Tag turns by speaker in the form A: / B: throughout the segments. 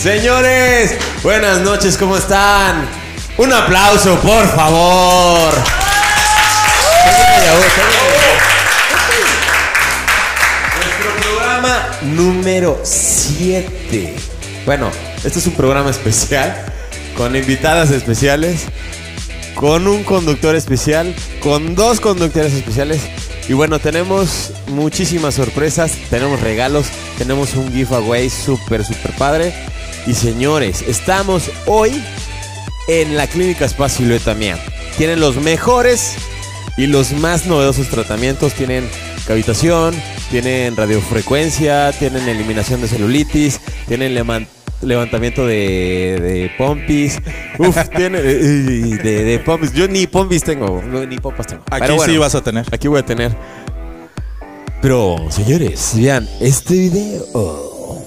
A: Señores, buenas noches, ¿cómo están? Un aplauso, por favor. Nuestro programa número 7. Bueno, este es un programa especial, con invitadas especiales, con un conductor especial, con dos conductores especiales. Y bueno, tenemos muchísimas sorpresas, tenemos regalos, tenemos un giveaway súper, súper padre. Y señores, estamos hoy en la Clínica Spa Silueta Mía. Tienen los mejores y los más novedosos tratamientos. Tienen cavitación, tienen radiofrecuencia, tienen eliminación de celulitis, tienen leman- levantamiento de, de pompis. Uf, tiene eh, de, de pompis. Yo ni pompis tengo, no, ni pompas tengo.
B: Aquí
A: Pero bueno,
B: sí vas a tener.
A: Aquí voy a tener. Pero, señores, vean este video.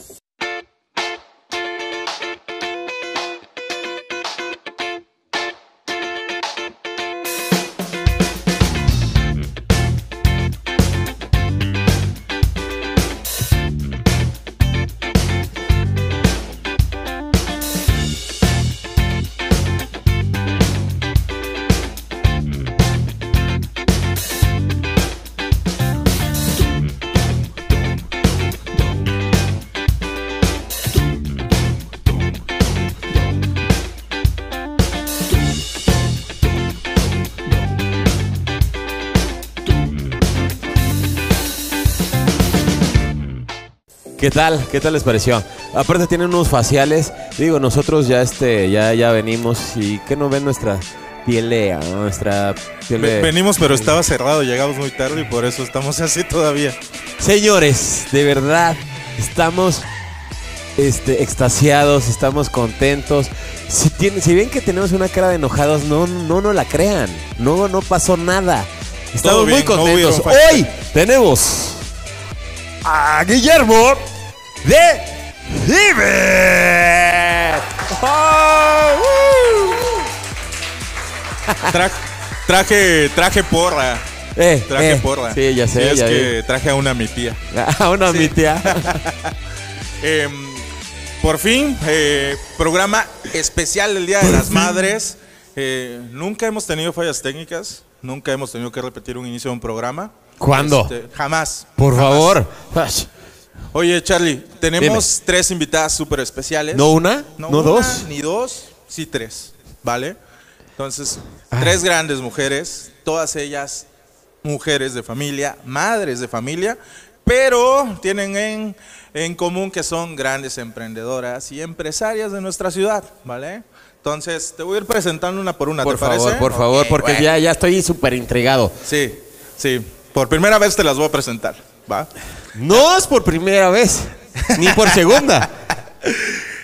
A: ¿Qué tal? ¿Qué tal les pareció? Aparte tienen unos faciales. Digo, nosotros ya este, ya, ya venimos y que no ven nuestra piel de- nuestra piel de-
B: Ve- Venimos, pero estaba cerrado, llegamos muy tarde y por eso estamos así todavía.
A: Señores, de verdad, estamos este, extasiados, estamos contentos. Si, tienen- si ven que tenemos una cara de enojados, no, no, no la crean. No, no pasó nada. Estamos
B: Todo bien,
A: muy
B: no
A: contentos.
B: hubieron falta.
A: Hoy tenemos a Guillermo de Vive.
B: ¡Oh! Tra- traje, traje porra.
A: Eh,
B: Traje
A: eh,
B: porra.
A: Sí, ya sé.
B: es
A: ya
B: que traje a una mi tía.
A: vi. A una mi tía.
B: Em, por fin, eh, programa especial del Día de las Madres. Eh, nunca hemos tenido fallas técnicas. Nunca hemos tenido que repetir un inicio de un programa.
A: ¿Cuándo?
B: Este, jamás.
A: Por
B: jamás.
A: favor.
B: Oye, Charlie, tenemos tres invitadas súper especiales.
A: ¿No una?
B: No,
A: ¿No
B: una,
A: dos?
B: Ni dos, sí tres, ¿vale? Entonces,
A: Ah.
B: tres grandes mujeres, todas ellas mujeres de familia, madres de familia, pero tienen en, en común que son grandes emprendedoras y empresarias de nuestra ciudad, ¿vale? Entonces, te voy a ir presentando una por una,
A: Por
B: ¿te parece?
A: favor, por favor,
B: Ok,
A: porque
B: bueno.
A: ya, ya estoy súper intrigado.
B: Sí, sí. Por primera vez te las voy a presentar, ¿va?
A: No es por primera vez, ni por segunda.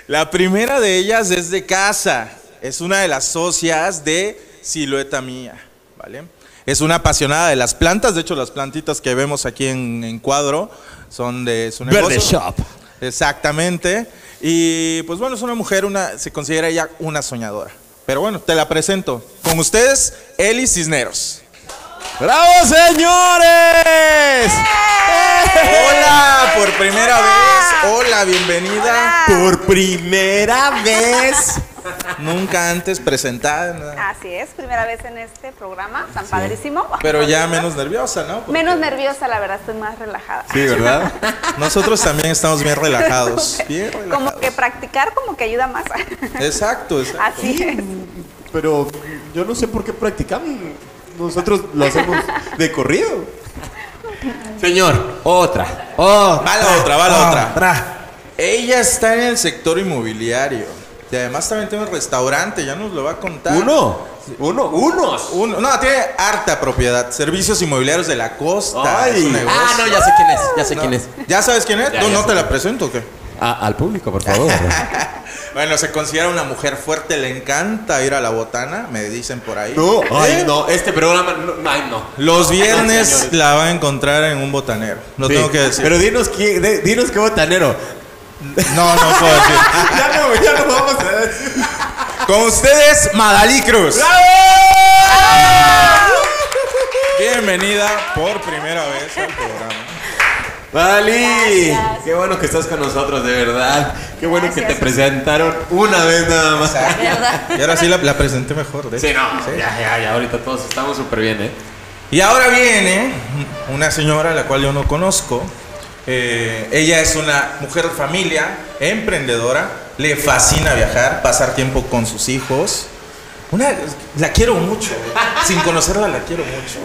B: La primera de ellas es de casa. Es una de las socias de Silueta Mía, ¿vale? Es una apasionada de las plantas. De hecho, las plantitas que vemos aquí en, en cuadro son de su negocio.
A: Verde Shop.
B: Exactamente. Y pues bueno, es una mujer, una, se considera ella una soñadora. Pero bueno, te la presento. Con ustedes, Eli Cisneros.
A: ¡Bravo, señores!
B: Hola, por primera vez. Hola, bienvenida.
A: Por primera vez.
B: Nunca antes presentada. nada.
C: Así es, primera vez en este programa, tan padrísimo.
B: Pero ya menos nerviosa, ¿no? Porque-
C: Menos nerviosa, la verdad, estoy más relajada.
A: Sí, ¿verdad?
B: Nosotros también estamos bien relajados. Bien relajados.
C: Como que practicar como que ayuda más.
B: Exacto, exacto.
C: Así es.
D: Pero yo no sé por qué practicamos. Nosotros lo hacemos de corrido.
A: Señor, otra. Oh,
B: Va la otra, va la otra. Ella está en el sector inmobiliario. Y además también tiene un restaurante, ya nos lo va a contar.
A: Uno.
D: Uno, unos.
B: Uno. No, tiene harta propiedad. Servicios inmobiliarios de la costa.
D: Ay.
B: es un negocio.
A: Ah, no, ya sé quién es, ya sé quién es.
B: ¿Ya sabes quién es?
A: Ya,
B: no,
A: ya
B: no
A: sé
B: te la presento, ¿o ¿qué?
A: A- al público, por favor.
B: Bueno, se considera una mujer fuerte, le encanta ir a la botana, me dicen por ahí.
D: No,
B: ¿Eh?
D: ay, no.
A: Este programa, ay, no.
B: Los viernes la va a encontrar en un botanero. Lo tengo que decir.
D: Pero dinos, quién, de- dinos qué botanero.
B: No, no puedo decir.
D: ya, no, ya no vamos a decir.
B: Con ustedes, Madalí Cruz. Bienvenida por primera vez al programa.
A: Vali,
C: Gracias.
A: qué bueno que estás con nosotros, de verdad. Qué bueno que te
C: Gracias.
A: presentaron una vez nada más.
C: ¿Verdad?
B: Y ahora sí la, la presenté mejor, de
A: Sí,
B: hecho.
A: no, ya, ya, ya, ahorita todos estamos súper bien, ¿eh?
B: Y ahora viene una señora a la cual yo no conozco. Eh, ella es una mujer familia, emprendedora, le fascina viajar, pasar tiempo con sus hijos. Una, la quiero mucho, eh. sin conocerla la quiero mucho.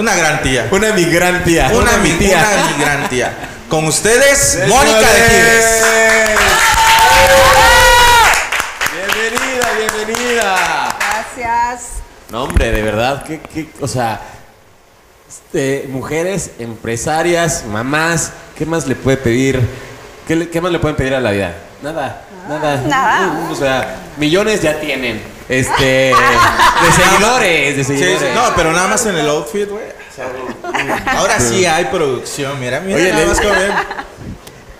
B: Una gran tía.
A: Una mi gran tía.
B: Una, mi
A: mi
B: tía. Una mi gran tía. Con ustedes, Mónica de Giles.
A: Giles. Bienvenida, bienvenida.
C: Gracias.
A: No, hombre, de verdad, qué, qué, o sea, este, mujeres, empresarias, mamás, ¿qué más le puede pedir? ¿Qué, le- qué más le pueden pedir a la vida? Nada, nada. Uh,
C: nada.
A: O sea, millones ya tienen. Este, de seguidores, de
B: Sí,
A: seguidores.
B: sí, no, pero nada más en el outfit, güey. o sea, Ahora sí hay producción, mira, mira.
A: Oye,
B: nada
A: le-
B: más que ven.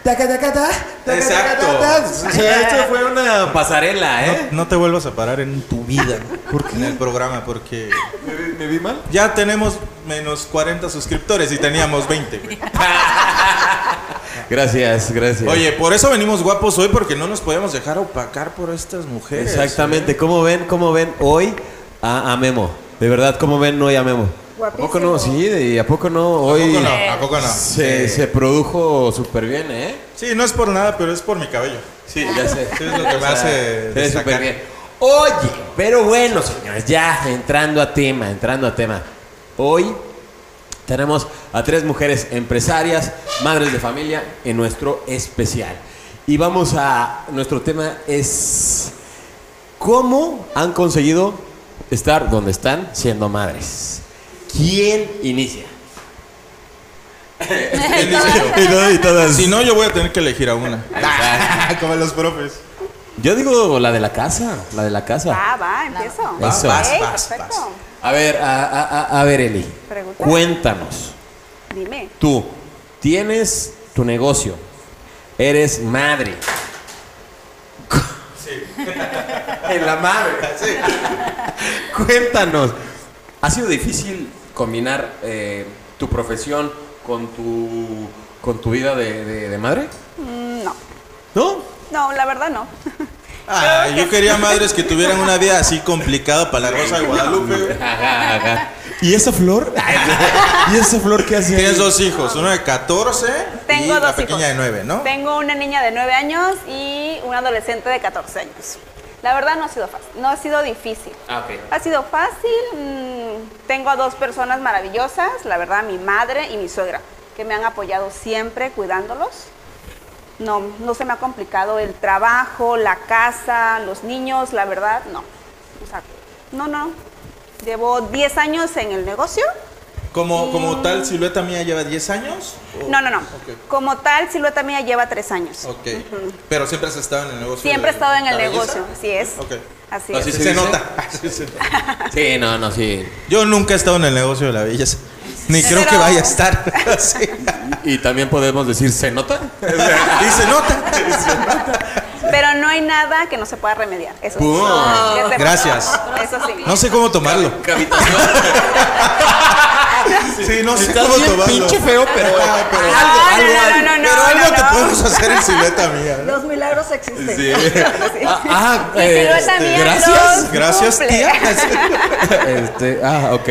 A: Taca, taca, ta, taca,
B: Exacto.
A: taca, ta, ta. O sea, esto fue una pasarela, ¿eh?
B: No te vuelvas a parar en tu vida en el programa porque
D: ¿Me, vi- me vi mal?
B: ya tenemos menos 40 suscriptores y teníamos 20. güey.
A: Gracias, gracias.
B: Oye, por eso venimos guapos hoy porque no nos podíamos dejar opacar por estas mujeres.
A: Exactamente. ¿Cómo ven, cómo ven hoy a, a Memo? De verdad, ¿cómo ven hoy a Memo?
C: Guapísimo.
A: ¿A poco no? Sí, de- ¿a poco no? Hoy
B: ¿A poco no? ¿A poco no?
A: Se, se produjo súper bien, ¿eh?
B: Sí, no es por nada, pero es por mi cabello.
A: Sí, ya sé.
B: Sí, es lo que me hace
A: se ve
B: destacar.
A: súper bien. Oye, pero bueno, señores, ya entrando a tema, entrando a tema. Hoy tenemos a tres mujeres empresarias, madres de familia, en nuestro especial. Y vamos a. Nuestro tema es. ¿Cómo han conseguido estar donde están siendo madres? ¿Quién inicia?
B: ¿Quién dice yo? Si no, yo voy a tener que elegir a una.
D: Ah,
B: Como los profes.
A: Yo digo la de la casa, la de la casa.
C: Va, va,
A: Eso.
C: empiezo.
B: Ah. Vas,
C: Ok,
B: vas,
C: perfecto.
B: vas.
A: A ver, a, a- a- a ver, Eli.
C: Pregunta.
A: Cuéntanos.
C: Dime.
A: Tú tienes tu negocio. Eres madre. en la madre. Cuéntanos. ¿Ha sido difícil combinar eh, tu profesión con tu con tu vida de, de- de madre?
C: Mm, No,
A: ¿No?
C: no, la verdad no.
B: Ah, yo quería madres que tuvieran una vida así complicada para la Rosa de Guadalupe. güey.
A: Ajá, ajá. ¿Y esa flor? ¿Y esa flor qué hace?
B: Tienes dos hijos, uno de 14
C: Tengo
B: y
C: dos
B: la
C: hijos.
B: pequeña de 9, ¿no?
C: Tengo una niña de 9 años y un adolescente de 14 años. La verdad no ha sido fácil, no ha sido difícil.
A: Ah, ok.
C: Ha sido fácil. mm, tengo a dos personas maravillosas, la verdad, mi madre y mi suegra, que me han apoyado siempre cuidándolos. No, no se me ha complicado el trabajo, la casa, los niños, la verdad, no. O sea, no, no. Llevo 10 años en el negocio.
B: Como, como tal, silueta mía lleva 10 años. ¿o?
C: No, no, no.
B: Oh, Ok.
C: Como tal, Silueta Mía lleva 3 años.
B: Ok. Pero siempre has estado en el negocio.
C: Siempre he
B: de
C: estado en el
B: la belleza?
C: negocio, así es.
B: Ok.
C: Así
B: Así
C: es.
A: se
B: se,
A: dice?
B: nota. Así se nota.
A: Sí, no, no, sí.
B: Yo nunca he estado en el negocio de la belleza. Ni creo
C: Pero-
B: que vaya a estar. Así.
A: Y también podemos decir, ¿se nota?
B: Y se nota.
C: Pero no hay nada que no se pueda remediar. Eso sí.
B: Pum.
C: Desde-
B: Gracias.
C: Eso sí.
B: No sé cómo tomarlo. Sí, no sé cómo tomarlo.
A: feo, pero...
B: Ah, pero
C: No,
B: algo,
C: no,
B: algo, algo.
C: no, no, no,
B: pero algo
C: no,
B: te
C: no.
B: podemos hacer en silueta mía. ¿no?
E: Los milagros existen.
A: Ah, ah,
C: Y
A: eh,
C: Silueta Mía
A: gracias.
C: los
B: Gracias,
C: cumple.
B: tía.
A: Este, ah, ok.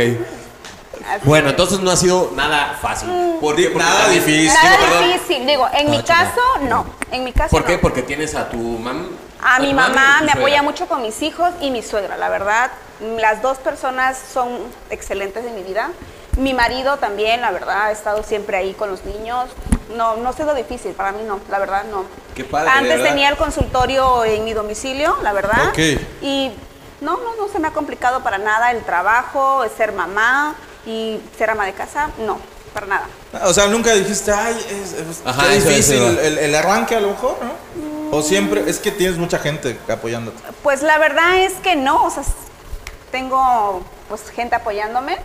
C: Ah,
A: Bueno, entonces no ha sido nada fácil.
C: Mm.
A: ¿Por qué? Porque
B: Nada
A: también-
B: difícil.
A: Digo,
C: Nada
A: perdón.
C: difícil. Digo, en
A: No,
C: mi
A: chica.
C: caso, no. En mi caso,
A: ¿Por qué?
C: no.
A: Porque tienes a tu mam-
C: A
A: tu mamá y
C: mi mamá
A: tu
C: me
A: suegra.
C: apoya mucho con mis hijos y mi suegra, la verdad. Las dos personas son excelentes en mi vida. Mi marido también, la verdad, ha estado siempre ahí con los niños. No, no ha sido difícil, para mí no, la verdad no.
A: Qué padre, de
C: Antes
A: verdad.
C: tenía el consultorio en mi domicilio, la verdad.
B: Ok.
C: Y no, no, no se me ha complicado para nada el trabajo, ser mamá y ser ama de casa, no, para nada.
B: O sea, nunca dijiste, ay, es, es-
A: Ajá,
B: qué
A: eso,
B: difícil
A: eso.
B: El, el arranque a lo mejor, ¿no? O siempre, es que tienes mucha gente apoyándote.
C: Pues la verdad es que no, o sea, s- tengo pues gente apoyándome.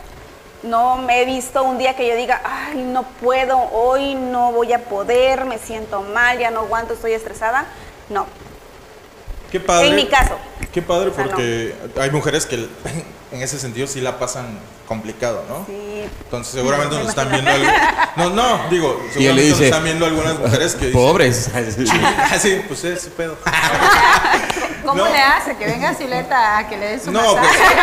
C: No me he visto un día que yo diga, ay, no puedo, hoy no voy a poder, me siento mal, ya no aguanto, estoy estresada. No.
B: Qué padre.
C: En mi caso.
B: Qué padre
C: O sea, no.
B: porque hay mujeres que en ese sentido sí la pasan complicado, ¿no?
C: Sí,
B: Entonces seguramente nos están viendo algo. No, no, digo,
A: Y él le
B: seguramente nos
A: dice,
B: están viendo algunas mujeres que dicen,
A: Pobres.
B: así, pues es su pedo.
E: ¿Cómo
B: No.
E: le hace? Que venga Zuleta a que le dé su
B: No, pues,
E: masaje.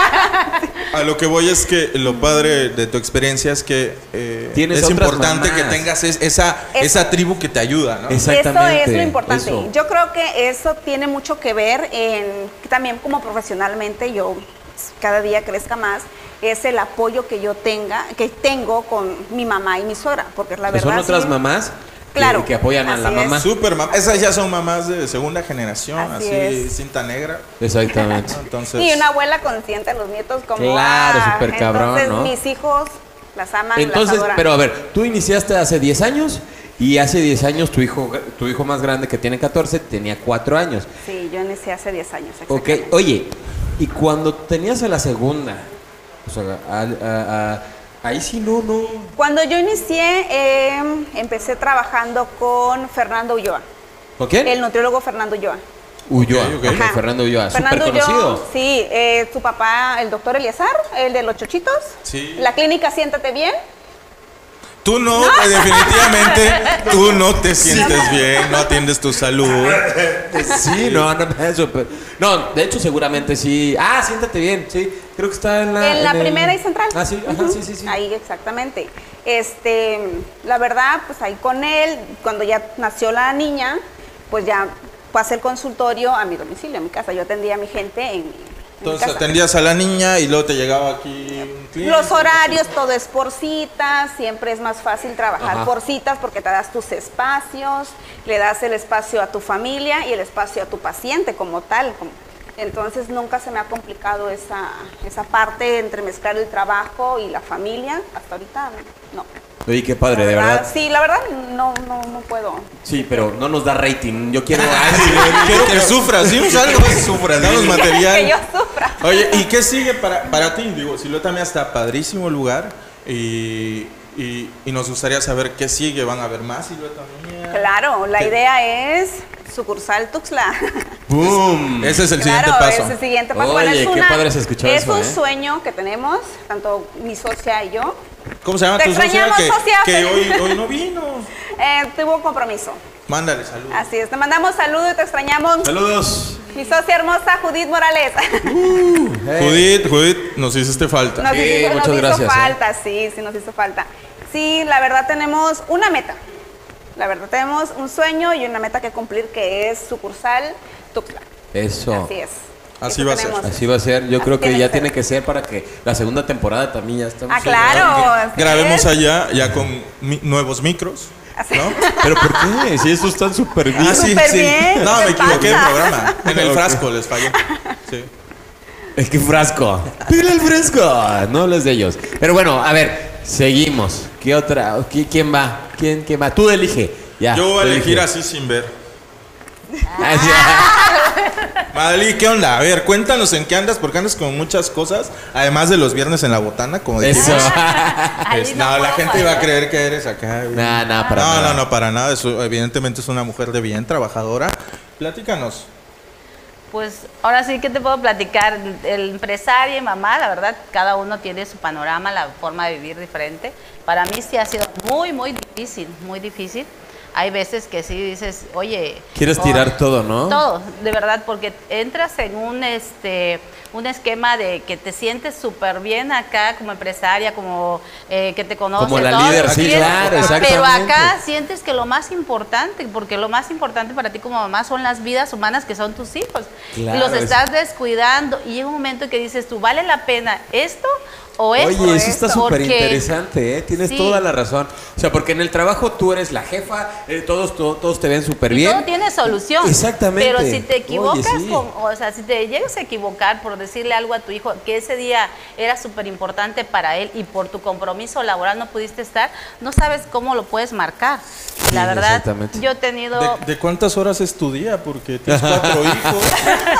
B: A lo que voy es que lo padre de tu experiencia es que eh,
A: Tienes
B: es
A: otras
B: importante que
A: mamás.
B: tengas es- esa,
C: Eso.
B: esa tribu que te ayuda, ¿no?
A: Eso.
C: Eso
A: Exactamente,
C: es lo importante.
A: eso.
C: Yo creo que eso tiene mucho que ver en también como profesionalmente yo pues, cada día crezca más es el apoyo que yo tenga, que tengo con mi mamá y mi suegra, porque la
A: Que
C: verdad
A: son
C: sí-
A: otras mamás que-
C: Claro,
A: que, apoyan a
C: así
A: la
C: es.
A: mamá.
B: Super mamá. Esas ya son mamás de segunda generación,
C: Así
B: así,
C: es.
B: cinta negra.
A: Exactamente.
B: ¿no? Entonces,
C: Y una abuela consciente a los nietos como
A: Claro,
C: ah,
A: súper cabrón,
C: entonces
A: ¿no?
C: mis hijos las aman,
A: Entonces,
C: las adoran.
A: pero a ver, tú iniciaste hace 10 años y hace 10 años tu hijo, tu hijo más grande que tiene 14 tenía 4 años.
C: Sí, yo inicié hace 10 años.
A: Ok,
C: exactamente.
A: oye, y cuando tenías a la segunda, o sea, al- a- a- ahí sí no, no.
C: Cuando yo inicié, eh, empecé trabajando con Fernando Ulloa,
A: ¿Con quién?
C: el nutriólogo Fernando Ulloa.
A: Ulloa,
B: Ok, ok.
A: ok,
C: Ajá.
A: Fernando Ulloa, súper
C: Fernando Ulloa,
A: conocido.
C: sí, eh, su papá, el doctor Eliazar, el de los chochitos.
B: Sí.
C: La clínica Siéntate Bien.
B: tú no, eh, definitivamente, tú no te sientes bien, no atiendes tu salud.
A: Sí, no, no, eso, pero- no, de hecho seguramente sí. Ah, siéntate bien, sí. Creo que está en la...
C: en la
A: Ah, en el-
C: primera y central.
A: Ah, sí, ajá,
C: Ujú.
A: sí, sí, sí.
C: Ahí, exactamente. Este, la verdad, pues ahí con él, cuando ya nació la niña, pues ya pasé el consultorio a mi domicilio, a mi casa. Yo atendía a mi gente en, mi- en
B: Entonces
C: mi casa.
B: atendías a la niña y luego te llegaba aquí un cliente.
C: Los horarios, todo es por citas, siempre es más fácil trabajar
A: Ajá.
C: por citas porque te das tus espacios, le das el espacio a tu familia y el espacio a tu paciente como tal. como- Entonces nunca se me ha complicado esa, esa parte entre mezclar el trabajo y la familia. Hasta ahorita no.
A: Oye, qué padre, de
C: La
A: verdad.
C: Sí, la verdad no, no, no puedo.
A: Sí, pero no nos da rating. Yo quiero.
B: Quiero que sufras, sí, pues, algo que sufras, danos
C: Que yo
B: material.
C: sufra.
B: Oye, ¿y qué sigue para, para ti? Digo, Silo también está padrísimo lugar y, y- y nos gustaría saber qué sigue. ¿Van a haber más Silueta mía?
C: Claro, la
B: Sí.
C: idea es sucursal Tuxtla.
A: ¡Boom!
B: Ese es el siguiente
C: claro,
B: paso.
C: Es el siguiente paso. Bueno,
A: Oye,
C: es
A: qué
C: una-
A: padre se escuchó
C: es
A: eso,
C: un
A: ¿eh?
C: sueño que tenemos, tanto mi socia y yo.
B: ¿Cómo se llama
C: Te
B: tu socia?
C: extrañamos,
B: Que,
C: socia.
B: que hoy, hoy no vino.
C: Eh, tuvo compromiso.
B: Mándale saludos.
C: Así es, te mandamos saludos y te extrañamos.
D: Saludos.
C: Mi socia hermosa Judith Morales.
B: Judith, Judith, nos hiciste falta.
C: Nos,
A: Sí,
C: hizo, nos
A: muchas
C: hizo
A: gracias, ¿eh?
C: falta, sí, sí, nos hizo falta. Sí, la verdad tenemos una meta. La verdad tenemos un sueño y una meta que cumplir que es sucursal Tuxtla.
A: Eso.
C: Así es.
B: Así
C: Eso
B: va a ser.
C: tenemos.
A: Así va a ser. Yo
C: Así
A: creo que
C: tiene
A: ya
C: que
A: tiene
C: ser.
A: que ser para que la segunda temporada también ya estemos.
C: Ah, claro. así
B: Grabemos
C: es.
B: allá, ya con mi- nuevos micros.
C: Así-
B: ¿No?
A: ¿Pero por qué? Si eso está súper
B: Ah, sí,
C: Ah, Súper
B: sí.
C: bien,
B: No,
C: ¿qué
B: me equivoqué
C: pasa?
B: el programa. En el
A: Ok.
B: frasco les fallé. Sí.
A: Es que frasco. Pídele el fresco. No hables de ellos. Pero bueno, a ver, seguimos. ¿Qué otra? ¿Qui- ¿Quién va? ¿Quién, quién va? Tú elige. Ya,
B: Yo voy a
A: tú
B: elegir
A: elige.
B: así sin ver.
A: Ah, sí.
B: Madalí, ¿qué onda? A ver, cuéntanos en qué andas, porque andas con muchas cosas, además de los viernes en la botana, como dijiste.
A: Eso.
E: Ahí
B: Es-
E: no
B: no, la
E: puedo
B: gente
E: fallar.
B: iba a creer que eres acá. güey.
A: Nah, nah, para
B: no,
A: nada.
B: no, no, para nada. Eso, evidentemente es una mujer de bien, trabajadora. Platícanos.
E: Pues ahora sí que te puedo platicar, el empresario y mamá, la verdad, cada uno tiene su panorama, la forma de vivir diferente. Para mí sí ha sido muy, muy difícil, muy difícil. Hay veces que sí dices, oye...
A: Quieres
E: oh,
A: tirar todo, ¿no?
E: Todo, de verdad, porque entras en un, este, un esquema de que te sientes súper bien acá como empresaria, como eh, que te conoces.
A: Como la
E: todo lo
A: líder,
E: que
A: sí,
E: quieras.
A: claro,
E: Pero
A: exactamente.
E: acá sientes que lo más importante, porque lo más importante para ti como mamá son las vidas humanas que son tus hijos.
A: Claro,
E: Los
A: es-
E: estás descuidando y llega un momento que dices, ¿tú vale la pena esto o esto?
A: Oye, eso está
E: Esto.
A: súper
E: ¿eh? Porque-
A: interesante, ¿eh? Tienes
E: Sí.
A: toda la razón. O sea, porque en el trabajo tú eres la jefa, eh, todos, to- todos te ven súper
E: Y
A: bien.
E: todo tiene solución.
A: Exactamente.
E: Pero si te
A: Oye,
E: equivocas,
A: sí.
E: con- o sea, si te llegas a equivocar por decirle algo a tu hijo que ese día era súper importante para él y por tu compromiso laboral no pudiste estar, no sabes cómo lo puedes marcar. la
A: Sí,
E: verdad,
A: exactamente.
E: yo he tenido...
B: ¿De, de cuántas horas es tu día? Porque tienes cuatro hijos.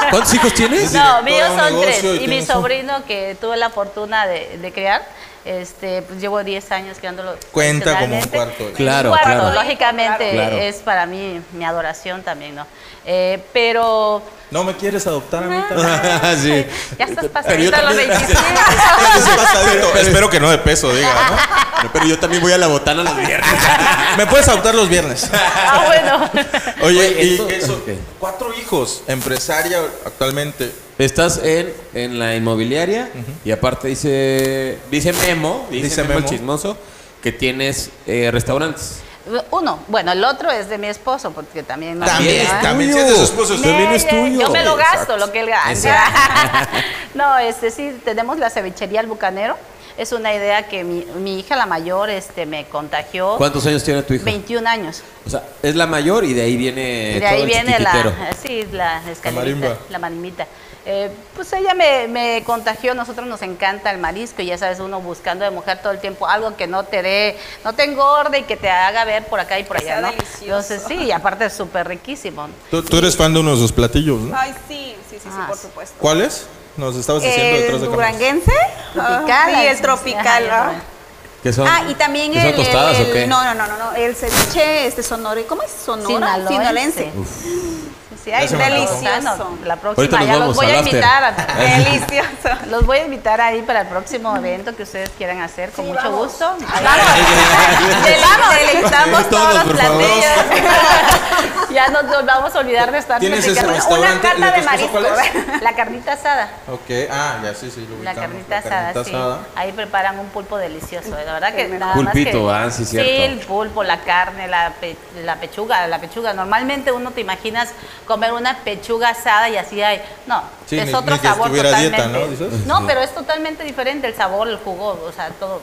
A: ¿Cuántos hijos tienes?
B: directora
E: No, míos
B: de un
E: son
B: negocio
E: tres.
B: y
E: Y mi
B: tienes un-
E: sobrino que tuve la fortuna de, de criar, Este, pues llevo 10 años creándolo.
B: Cuenta como un
E: profesionalmente.
B: cuarto.
E: Es un
A: Claro,
E: cuarto,
A: claro.
E: Lógicamente
A: Claro.
E: es para mí mi adoración también, ¿no? Eh, pero
B: ¿No me quieres adoptar a mí
A: Ah, sí.
E: ya estás
A: Pero yo
E: pasadito a los
A: también-
E: 25.
B: Espero que no de peso, diga, ¿no?
A: No, Pero yo también voy a la botana los viernes.
B: Me puedes adoptar los viernes.
E: ah, bueno.
B: Oye, y
A: esto-
B: eso,
A: ok.
B: cuatro hijos, empresaria actualmente.
A: Estás en, en la inmobiliaria y aparte dice dice Memo, dice,
B: Dice
A: Memo, el
B: Memo.
A: chismoso, que tienes eh, restaurantes.
E: Uno, bueno, el otro es de mi esposo, porque también no
B: También,
E: Ah.
B: también,
A: tuyo.
B: sí, de su esposo.
E: Me-
A: También es tuyo.
E: Yo me lo gasto,
B: Exacto.
E: lo que él gana. no, este sí, tenemos la cevichería El Bucanero. Es una idea que mi, mi hija, la mayor, este, me contagió.
A: ¿Cuántos años tiene tu hijo?
E: 21 años.
A: O sea, es la mayor y de ahí viene
E: De
A: Eh, todo
E: ahí
A: el
E: viene la, eh,
A: chiquitero.
E: sí, la escalerita,
B: marimba.
E: la marimita. Eh, pues ella me, me contagió, nosotros nos encanta el marisco y ya sabes, uno buscando de mujer todo el tiempo algo que no te dé, no te engorde y que te haga ver por acá y por
C: Que
E: allá,
C: sea
E: ¿no?
C: delicioso.
E: Entonces sí, y aparte es súper riquísimo.
B: Tú, tú eres fan de uno de sus platillos, ¿no?
C: Ay, sí, sí, sí, sí,
E: Ah,
C: por
E: sí.
C: supuesto.
B: ¿Cuál es? Nos estabas diciendo detrás
C: ¿El
B: de cámaras.
C: duranguense?
E: Tropical.
C: Ah, y el
E: así,
C: tropical,
E: ajá,
C: ¿no?
E: ya
A: ¿Qué son?
C: Ah, y también
A: ¿Qué
C: el,
A: son tostadas
C: el-
A: o qué?
C: No, no, no, no, no, el ceviche este sonoro, ¿cómo es? Sonora,
E: Sinaloense.
C: sinolense.
E: Sí, ay,
B: se me acabó.
E: delicioso. La
A: Ahorita
E: próxima
A: nos
E: ya
A: vamos
E: los voy
A: al
E: a
A: after.
E: invitar. a-
C: Delicioso.
E: los voy a invitar ahí para el próximo evento que ustedes quieran hacer con
C: Sí,
E: mucho
C: vamos.
E: gusto. Vamos. Te vamos,
A: Todos,
E: deleitamos todos
A: por
E: los
A: favor.
E: platillos. ya no nos vamos a olvidar de estar
B: ¿Tienes ese
E: platicando.
B: restaurante?
C: Una carta
B: ¿Y de tu
C: de
B: esposo cuál
C: marisco.
E: La carnita asada.
B: Ok, ah, ya sí, sí. lo
E: La
B: ubicamos,
E: carnita asada,
B: carnita
E: sí.
B: asada.
E: Ahí preparan un pulpo delicioso, de verdad que nada
A: Pulpito,
E: más que,
A: ah, sí, cierto.
E: el pulpo, la carne, la, pe- la pechuga, la pechuga. Normalmente uno te imaginas comer una pechuga asada y así hay. No,
B: Sí,
E: es
B: ni-
E: otro
B: ni que
E: sabor
B: estuviera a dieta,
E: totalmente.
B: ¿no? Dices.
E: No, pero es totalmente diferente el sabor, el jugo, o sea, todo.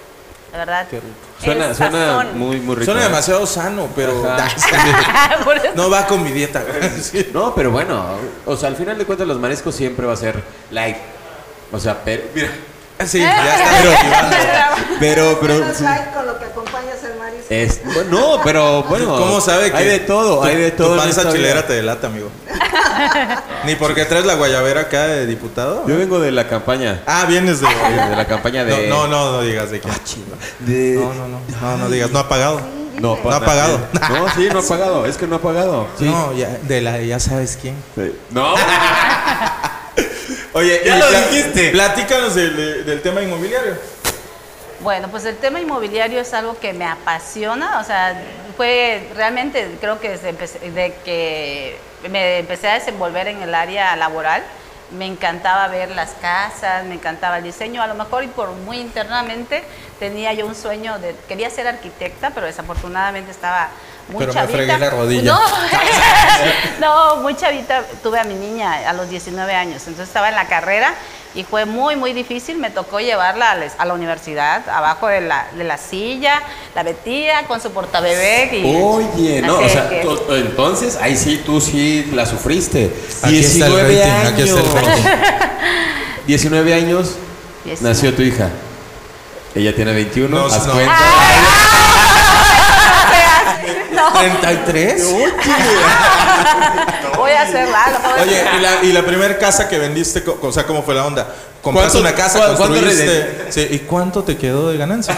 E: De verdad.
B: Qué rico.
A: Suena,
E: El
A: suena
E: sazón. Ah,
A: muy, muy rico.
B: Suena
A: ¿eh?
B: demasiado sano, pero
E: Por eso-
B: no va con mi dieta. Sí.
A: No, pero bueno, o sea, al final de cuentas los mariscos siempre va a ser light. O sea, pero... Mira.
B: Sí, ya está motivado.
A: Pero, Eh, pero...
F: Menos like con lo que acompañas el marisco.
A: es- no, pero bueno.
B: ¿Cómo sabe que
A: Hay de todo,
B: tu-
A: hay de todo.
B: Tu
A: en
B: panza
A: esta vida.
B: chilera te delata, amigo. Ni porque traes la guayabera acá de diputado.
A: Yo vengo de la campaña. eh,
B: Ah, vienes de.
A: De la campaña de... Ah,
B: No, no, no, no digas de qué.
A: de-
B: No, no, no, no, no digas, no ha pagado.
A: No,
B: No ha pagado.
A: No, sí, no ha pagado. Es que no ha pagado. Sí.
B: No, ya, de la de ya sabes quién.
A: Sí. No.
B: Oye,
A: Ya
B: y
A: lo
B: pla-
A: dijiste.
B: Platícanos del, de- del tema inmobiliario.
E: Bueno, pues el tema inmobiliario es algo que me apasiona, o sea, fue realmente, creo que desde empecé- de que me empecé a desenvolver en el área laboral, me encantaba ver las casas, me encantaba el diseño, a lo mejor y por muy internamente tenía yo un sueño de, quería ser arquitecta, pero desafortunadamente estaba muy
B: Pero me
E: chavita.
B: fregué la rodilla.
E: No, no, muy chavita tuve a mi niña a los 19 años, entonces estaba en la carrera y fue muy, muy difícil. Me tocó llevarla a la, a la universidad, abajo de la, de la silla, la metía con su portabebé. y-
A: Oye, no,
E: Así
A: o sea,
E: que-
A: tú- entonces ahí sí tú sí la sufriste.
B: Aquí está el
A: 19
B: rating, aquí está el
A: años. 19 años
E: Diecinueve.
A: nació tu hija. Ella tiene 21,
B: No,
A: haz
B: no.
A: cuenta.
B: ¿33?
E: Voy a hacerla. la pobre-
B: Oye, ¿y la, y la primera casa que vendiste? co- O sea, ¿cómo fue la onda? ¿Compraste
A: ¿Cuánto-
B: una casa?
A: cua- cuánto
B: ¿Construiste? Sí, ¿Y cuánto te quedó de ganancia?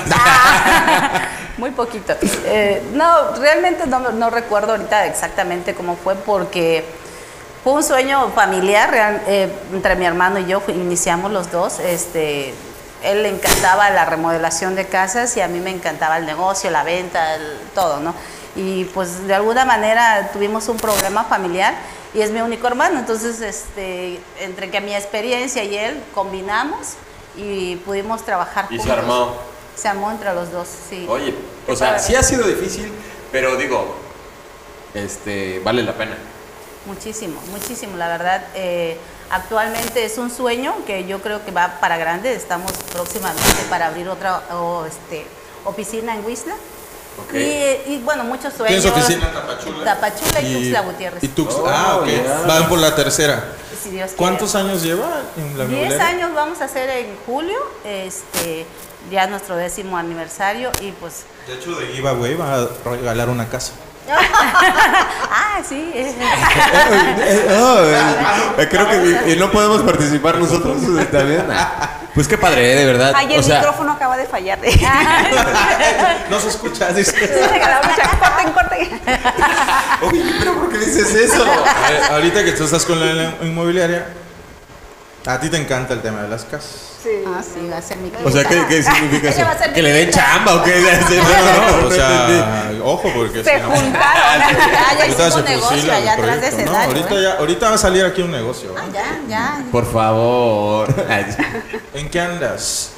E: Muy poquito. Eh, no, realmente no, no recuerdo ahorita exactamente cómo fue porque fue un sueño familiar real- eh, entre mi hermano y yo, fu- iniciamos los dos. Este, él le encantaba la remodelación de casas y a mí me encantaba el negocio, la venta, el- todo, ¿no? Y pues de alguna manera tuvimos un problema familiar y es mi único hermano, entonces este, entre que mi experiencia y él combinamos y pudimos trabajar
A: Y se
E: juntos.
A: armó.
E: Se armó entre los dos, sí.
A: Oye,
E: Qué
A: o sea,
E: padre.
A: sí ha sido difícil, pero digo, este, vale la pena.
E: Muchísimo, muchísimo, la verdad. eh, actualmente es un sueño que yo creo que va para grande. Estamos próximamente para abrir otra o, este, oficina en Huizla.
A: Ok.
E: Y, y, bueno, muchos sueños.
B: Tienes oficina en Tapachula.
E: Tapachula y, Tuxtla Gutiérrez.
B: Y Tuxtla.
A: Oh,
B: ah, ok.
A: ya.
B: Van por la tercera.
E: si Dios quiere.
B: ¿Cuántos años lleva en la
E: Diez
B: inmobiliaria?
E: años vamos a hacer en julio, este, ya nuestro décimo aniversario y pues
B: De hecho, de giveaway va a regalar una casa.
E: ah, sí.
D: Eh, creo que y- y no podemos participar nosotros eh, también.
A: Pues qué padre, ¿eh? de verdad.
C: Ay, el
A: o sea,
C: micrófono acaba de fallar.
E: Ah,
B: No se escucha, dice.
C: corten, corten.
D: Oye, pero ¿por qué dices eso?
B: Eh, Ahorita que tú estás con la la inmobiliaria, a ti te encanta el tema de las casas.
F: Sí.
E: Ah, sí, va a ser mi
D: O sea, ¿qué, qué significa
E: Ella
D: eso?
E: va a ser
A: que le den chamba o qué.
B: No, o sea, ojo, porque
C: Se
B: si no-
C: juntaron.
E: Ah, ya
B: ahorita
E: hicimos
B: se
E: negocio
B: fusila el
E: allá atrás de
B: proyecto,
E: ese
B: ¿no?
E: daño,
B: ahorita,
E: ¿eh?
B: ya- ahorita va a salir aquí un negocio. ¿eh?
E: Ya, ya.
A: Por favor. Ay,
B: ¿En qué andas?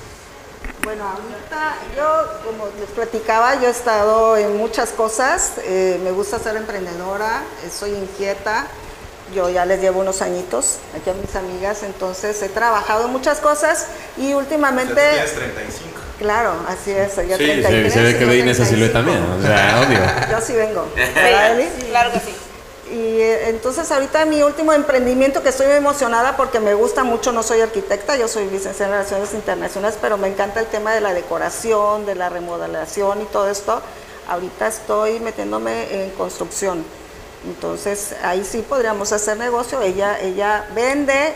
F: Bueno, ahorita yo, como les platicaba, yo he estado en muchas cosas. eh, me gusta ser emprendedora, eh, soy inquieta. Yo ya les llevo unos añitos aquí a mis amigas, entonces he trabajado en muchas cosas y últimamente,
B: Tienes 35.
F: claro, así es, ya
A: Sí,
F: 33,
A: se, se ve que
F: yo
A: ve Inés esa
F: 35.
A: silueta también. O sea, obvio.
F: Yo sí vengo. ¿verdad, Eli?
C: Sí, Claro que sí.
F: Y eh, entonces ahorita mi último emprendimiento que estoy muy emocionada porque me gusta mucho, no soy arquitecta, yo soy licenciada en Relaciones Internacionales, pero me encanta el tema de la decoración, de la remodelación y todo esto. Ahorita estoy metiéndome en construcción. Entonces ahí sí podríamos hacer negocio, ella ella vende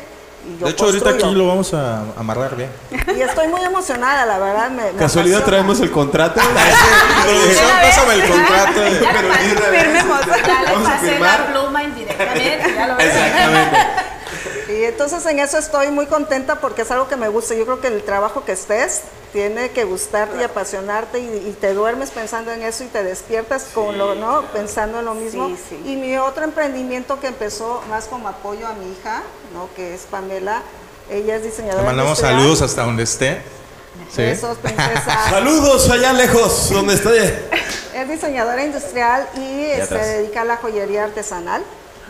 F: y yo
B: De hecho, ahorita aquí
F: construyo.
B: lo vamos a amarrar bien.
F: Y estoy muy emocionada, la verdad. Me, me
D: ¿Casualidad
F: apasiona.
D: traemos el contrato?
B: Producción, pásame el contrato.
C: Ya
D: Pero
C: pa-
D: ni una vez.
C: firmemos.
E: Ya le
D: Vamos a
E: pasé
D: firmar.
E: la pluma indirectamente, ya lo ves.
A: Exactamente.
F: Y entonces en eso estoy muy contenta porque es algo que me gusta. Yo creo que el trabajo que estés tiene que gustarte y apasionarte y, y te duermes pensando en eso y te despiertas con lo, ¿no? Pensando en lo mismo.
C: Sí, sí.
F: Y mi otro emprendimiento que empezó más como apoyo a mi hija, ¿no? Que es Pamela. Ella es diseñadora.
B: Le mandamos
F: industrial.
B: saludos hasta donde esté. Sí.
F: Besos, princesa.
D: Saludos allá lejos, donde estoy.
F: es diseñadora industrial y eh, se
A: atrás.
F: dedica a la joyería artesanal.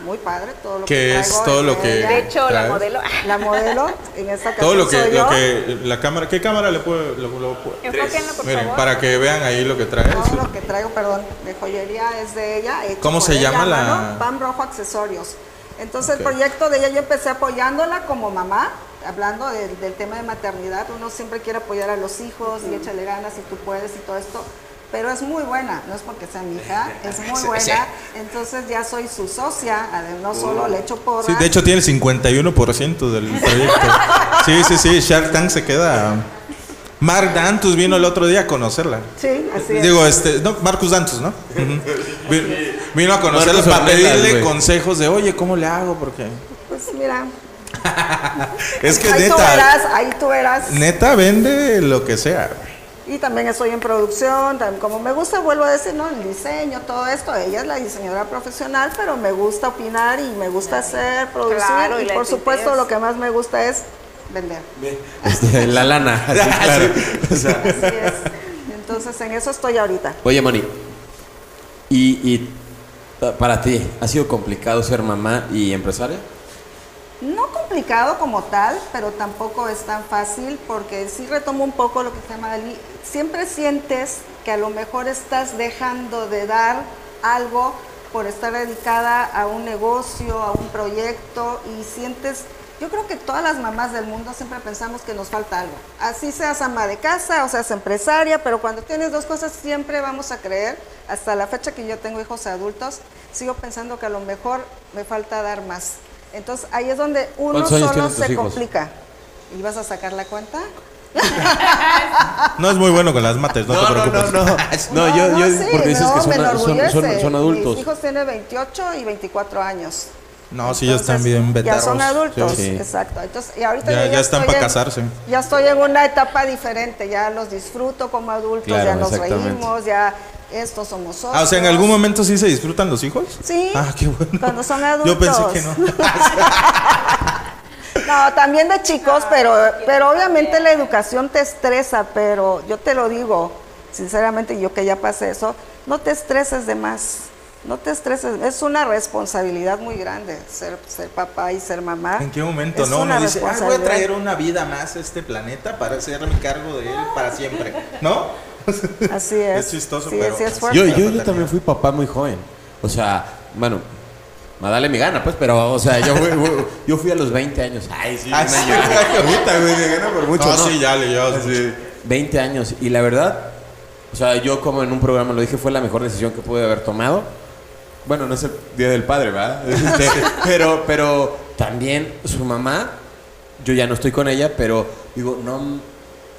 F: Muy padre, todo lo que
B: Que es
F: traigo
B: todo lo
F: de
B: que-
F: ella.
C: De hecho, la
B: Claro.
C: modelo.
F: La modelo en esta casa.
B: Todo lo que,
F: soy
B: lo
F: yo.
B: que la cámara, ¿qué cámara le puede? Lo, lo puede-
C: Enfóquenlo, por
B: Miren,
C: favor.
B: para que vean ahí lo que trae.
F: Todo lo que traigo, perdón, de joyería es de ella. hecho
B: ¿Cómo
F: por
B: se
F: ella,
B: llama la-
F: mano, Pan Rojo Accesorios. Entonces
B: Ok.
F: el proyecto de ella yo empecé apoyándola como mamá, hablando del- del tema de maternidad. Uno siempre quiere apoyar a los hijos y échale ganas si tú puedes y todo esto. Pero es muy buena, no es porque sea mi hija, es muy buena. Entonces ya soy su socia, además no solo le echo porras.
B: Sí, de hecho tiene el 51% del proyecto. Sí, sí, sí, Shark Tank se queda. Mark Dantus vino el otro día a conocerla.
F: Sí, así es.
B: Digo, este, no, Marcus Dantus, ¿no? Ujú. Vi- Vino a conocerla
A: Marcus
B: para
A: Ornelas,
B: pedirle
A: güey.
B: consejos de, oye, ¿cómo le hago? Porque
F: Pues mira,
B: es que
F: ahí tú
B: neta,
F: verás, ahí tú verás.
B: neta vende lo que sea.
F: Y también estoy en producción, tam- como me gusta, vuelvo a decir, ¿no? El diseño, todo esto. Ella es la diseñadora profesional, pero me gusta opinar y me gusta hacer, producir.
C: Claro, y
F: y
C: la
F: por supuesto,
C: tuiteas.
F: lo que más me gusta es vender.
A: Este, la lana. sí, claro. O sea,
F: Así es. Entonces, en eso estoy ahorita.
A: Oye, Moni, y, y pa- para ti, ¿ha sido complicado ser mamá y empresaria?
F: No complicado como tal, pero tampoco es tan fácil porque sí retomo un poco lo que se llama Ali. Siempre sientes que a lo mejor estás dejando de dar algo por estar dedicada a un negocio, a un proyecto y sientes, yo creo que todas las mamás del mundo siempre pensamos que nos falta algo. Así seas ama de casa o seas empresaria, pero cuando tienes dos cosas siempre vamos a creer, hasta la fecha que yo tengo hijos adultos, sigo pensando que a lo mejor me falta dar más. Entonces ahí es donde uno
A: ¿Cuántos años
F: solo
A: tienen tus
F: se
A: hijos?
F: complica. ¿Y vas a sacar la cuenta?
B: No es muy bueno con las mates, no, te preocupes.
A: no. No, yo, yo,
F: sí,
A: porque dices
F: no,
A: que son,
F: me
A: son,
F: enorgullece.
A: son- son adultos.
F: Mis hijos tienen 28 y 24 años.
B: No, sí, ellos están
F: Entonces,
B: bien
F: Ya
B: vetados.
F: son adultos,
A: Sí, sí.
F: exacto. Entonces, y ahorita
B: Ya-
F: yo
B: ya están
F: estoy
B: pa'
F: en-
B: casarse.
F: Ya estoy en una etapa diferente, ya los disfruto como adultos,
A: Claro,
F: ya nos
A: exactamente.
F: reímos, ya estos somos otros.
B: Ah, o sea, en algún momento sí se disfrutan los hijos.
F: Sí.
B: Ah, qué bueno.
F: Cuando son
B: Yo pensé
F: adultos.
B: que no.
F: No, también de chicos,
E: Ah,
F: pero, pero obviamente la educación te estresa, pero yo te lo digo, sinceramente, yo que ya pasé eso, no te estreses de más. No te estreses, es una responsabilidad muy grande ser, ser papá y ser mamá.
B: ¿En qué momento
F: Es
B: no?
F: una
B: Uno dice, ah, voy a
F: responsabilidad".
B: traer una vida más a este planeta para hacerme cargo de él para siempre, ¿no?
F: Así es.
B: Es chistoso,
F: sí,
B: pero-
F: sí, es
B: Yo-
F: fuerte.
A: Yo,
B: Pero
A: yo,
B: fatalidad.
A: también fui papá muy joven. O sea, bueno, a darle mi gana, pues, pero, o sea, yo fui, yo fui a los 20 años. Ay, sí,
B: Ay,
A: un
B: sí.
A: año.
D: Puta, güey, me gana por mucho.
B: no,
D: ¿no?
B: sí, ya le llevas.
A: 20 años. Y la verdad, o sea, yo como en un programa lo dije, fue la mejor decisión que pude haber tomado. Bueno, no es el Día del Padre, ¿verdad? Este, pero, pero también su mamá, yo ya no estoy con ella, pero digo, no,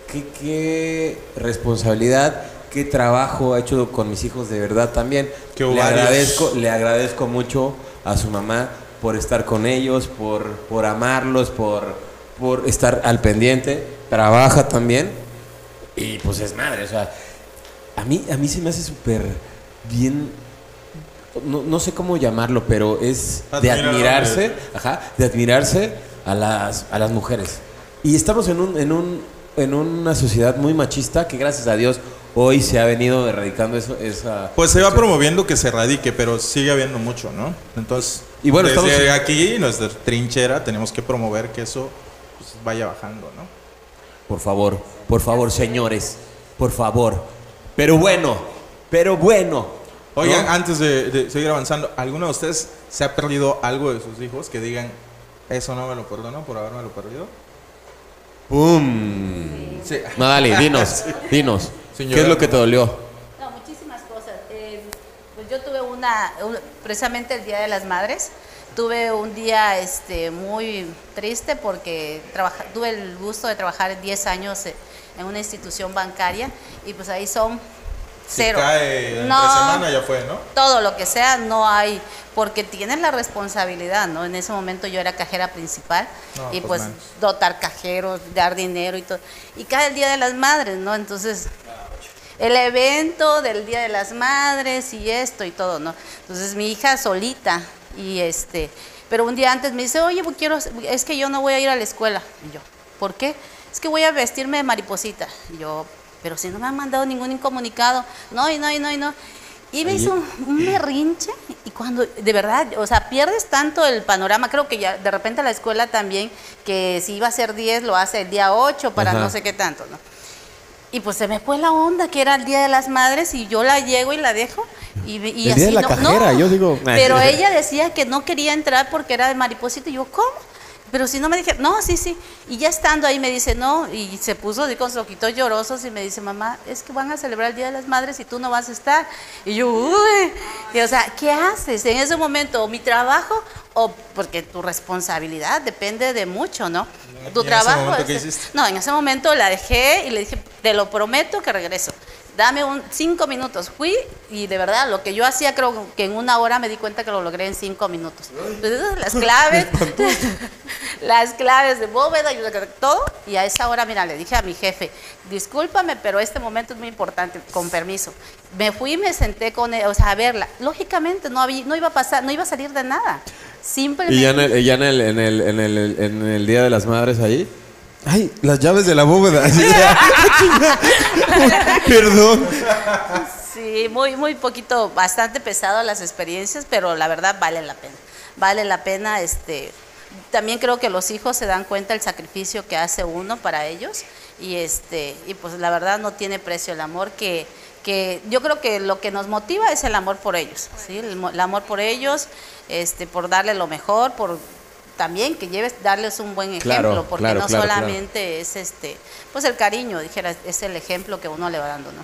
A: qué, qué responsabilidad, qué trabajo ha hecho con mis hijos de verdad también.
B: Qué
A: le
B: ovarios.
A: agradezco, le agradezco mucho a su mamá por estar con ellos, por, por amarlos, por, por estar al pendiente. Trabaja también. Y pues es madre, o sea, a mí, a mí se me hace súper bien. No, no sé cómo llamarlo, pero es de
B: Admirable.
A: admirarse, ajá, de admirarse a las, a las mujeres. Y estamos en, un, en, un, en una sociedad muy machista que, gracias a Dios, hoy se ha venido erradicando eso, esa.
B: Pues se va promoviendo que se radique, pero sigue habiendo mucho, ¿no? Entonces,
A: Y bueno,
B: desde
A: estamos-
B: aquí, nuestra trinchera, tenemos que promover que eso pues, vaya bajando, ¿no?
A: Por favor, por favor, señores, por favor. Pero bueno, pero bueno. ¿no?
B: Oigan, antes de, de seguir avanzando, ¿alguno de ustedes se ha perdido algo de sus hijos que digan, eso no me lo perdono por haberme lo perdido? Ah,
A: ¡Pum!
B: Sí.
A: Madali, dinos, dinos.
B: Sin
A: ¿Qué es lo
B: llorar,
A: que te dolió?
E: No, muchísimas cosas. Eh, pues yo tuve una, un- precisamente el Día de las Madres, tuve un día este, muy triste porque trabaja- tuve el gusto de trabajar 10 años eh, en una institución bancaria y pues ahí son
B: Si
E: cero.
B: cae entre
E: No,
B: semana ya fue, ¿no?
E: todo lo que sea, no hay, porque tienes la responsabilidad, ¿no? En ese momento yo era cajera principal
B: No,
E: y
B: pues
E: pues
B: menos.
E: dotar cajeros, dar dinero y todo. Y cada el Día de las Madres, ¿no? Entonces, el evento del Día de las Madres y esto y todo, ¿no? Entonces mi hija solita y este, pero un día antes me dice, oye, pues, quiero, es que yo no voy a ir a la escuela. Y yo, ¿por qué? Es que voy a vestirme de mariposita. Y yo, pero si no me han mandado ningún incomunicado, no, y no, y no, y no. Y me hizo un- un berrinche y cuando, de verdad, o sea, pierdes tanto el panorama, creo que ya de repente la escuela también, que si iba a ser 10, lo hace el día 8 para
A: Ajá.
E: no sé qué tanto, ¿no? Y pues se me fue la onda que era el Día de las Madres y yo la llego y la dejo y, y
A: El día
E: así
A: de la
E: no,
A: cajera,
E: no.
A: yo digo-
E: Pero ella decía que no quería entrar porque era de mariposita y yo, ¿cómo? Pero si no me dijeron, no, sí, sí. Y ya estando ahí me dice, no, y se puso así con sus ojitos llorosos y me dice, mamá, es que van a celebrar el Día de las Madres y tú no vas a estar. Y yo, uy, y, o sea, ¿qué haces en ese momento? ¿O mi trabajo? O porque tu responsabilidad depende de mucho, ¿no?
B: ¿Y
E: Tu
B: en ese
E: trabajo.
B: momento qué
E: este,
B: hiciste?
E: no, en ese momento la dejé y le dije, te lo prometo que regreso. Dame un cinco minutos. Fui y de verdad lo que yo hacía creo que en una hora me di cuenta que lo logré en cinco minutos. Entonces esas son las claves, las claves de bóveda y todo. Y a esa hora, mira, le dije a mi jefe, discúlpame, pero este momento es muy importante, con permiso. Me fui y me senté con él, o sea, a verla. Lógicamente no, había, no iba a pasar, no iba a salir de nada. Simplemente.
A: Y ya en el, ya en el, en el, en el, en el Día de las Madres ahí. Ay, las llaves de la bóveda. Así de- Chinga. Perdón.
E: Sí, muy, muy poquito, bastante pesado las experiencias, pero la verdad vale la pena. Vale la pena, este, también creo que los hijos se dan cuenta del sacrificio que hace uno para ellos y este, y pues la verdad no tiene precio el amor que, que yo creo que lo que nos motiva es el amor por ellos, ¿sí? El, mo- el amor por ellos, este, por darle lo mejor, por también que lleves darles un buen ejemplo,
A: Claro,
E: porque
A: claro,
E: no
A: claro, claro.
E: solamente es este, pues el cariño, dijera, es el ejemplo que uno le va dando, ¿no?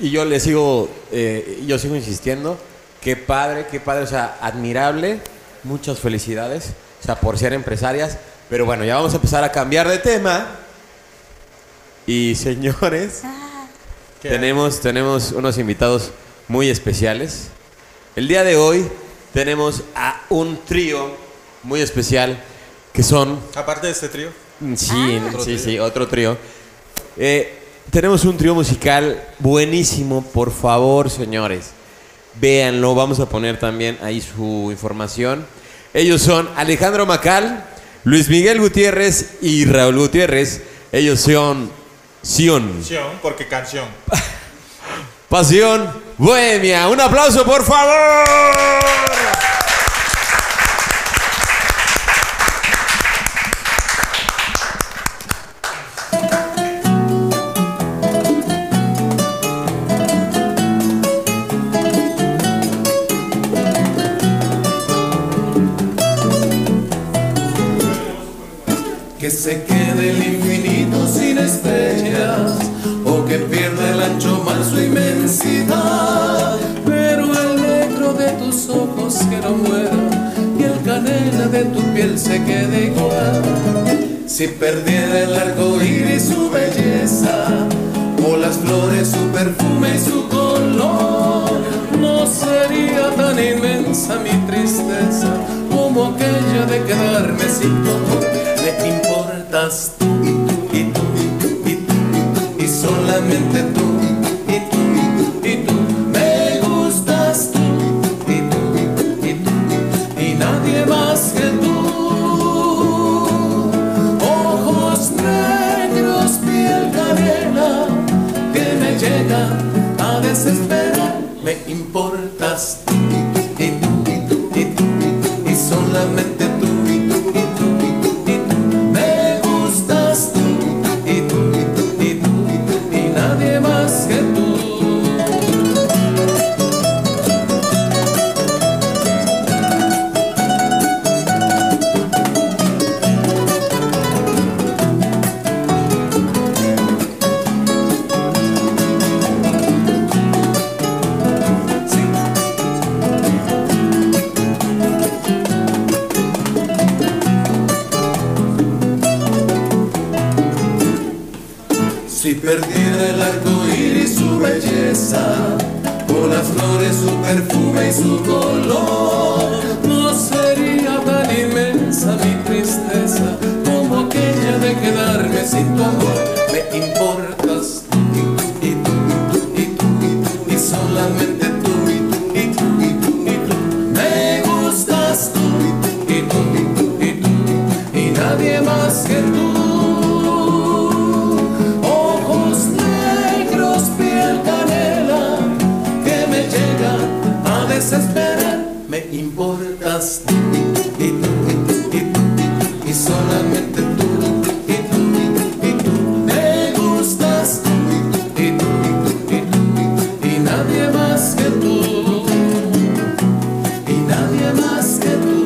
A: Y yo le sigo, eh, yo sigo insistiendo. Qué padre, qué padre, o sea, admirable. Muchas felicidades, o sea, por ser empresarias. Pero bueno, ya vamos a empezar a cambiar de tema. Y señores,
B: ¿Qué?
A: Tenemos, tenemos unos invitados muy especiales. El día de hoy tenemos a un trío muy especial que son,
B: Aparte de este trío.
A: sí,
B: Otro
A: sí,
B: trío.
A: sí, otro trío. Eh, tenemos un trío musical buenísimo, por favor, señores. Véanlo, vamos a poner también ahí su información. Ellos son Alejandro Macal, Luis Miguel Gutiérrez y Raúl Gutiérrez. Ellos son Sion.
B: Canción, porque canción.
A: Pasión Bohemia. Un aplauso, por favor.
G: Que se quede el infinito sin estrellas o que pierda el ancho mar su inmensidad. Pero el negro de tus ojos que no mueran y el canela de tu piel se quede igual. Si perdiera el arco iris su belleza, o las flores su perfume y su color, no sería tan inmensa mi tristeza como aquella de quedarme sin tu amor. Me importas tú y tú y tú y tú y tú y solamente tú. y tú, y tú. Me gustas tú, y tú, y tú, y nadie más que tú. Ojos negros, piel canela, que me llega a desesperar. Me importas tú y tú, y tú, y tú, y tú, y solamente tú. y tú, y tú, y tú, y tú. Me gustas tú, y tú, y tú, y tú, y tú, y nadie más que tú. Si perdiera el arco iris su belleza, o las flores su perfume y su color, no sería tan inmensa mi tristeza como aquella de quedarme sin tu amor. Me importas tú y tú y tú y tú y solamente tú y tú y tú y tú y tú. Me gustas tú y tú y tú y tú y nadie más que tú. Ojos negros, piel canela, que me llega a desesperar. Me importas tú y tú y tú y tú y solamente tú. y tú, y tú. Me gustas tú y tú y tú y tú y nadie más que tú. Y nadie más que tú.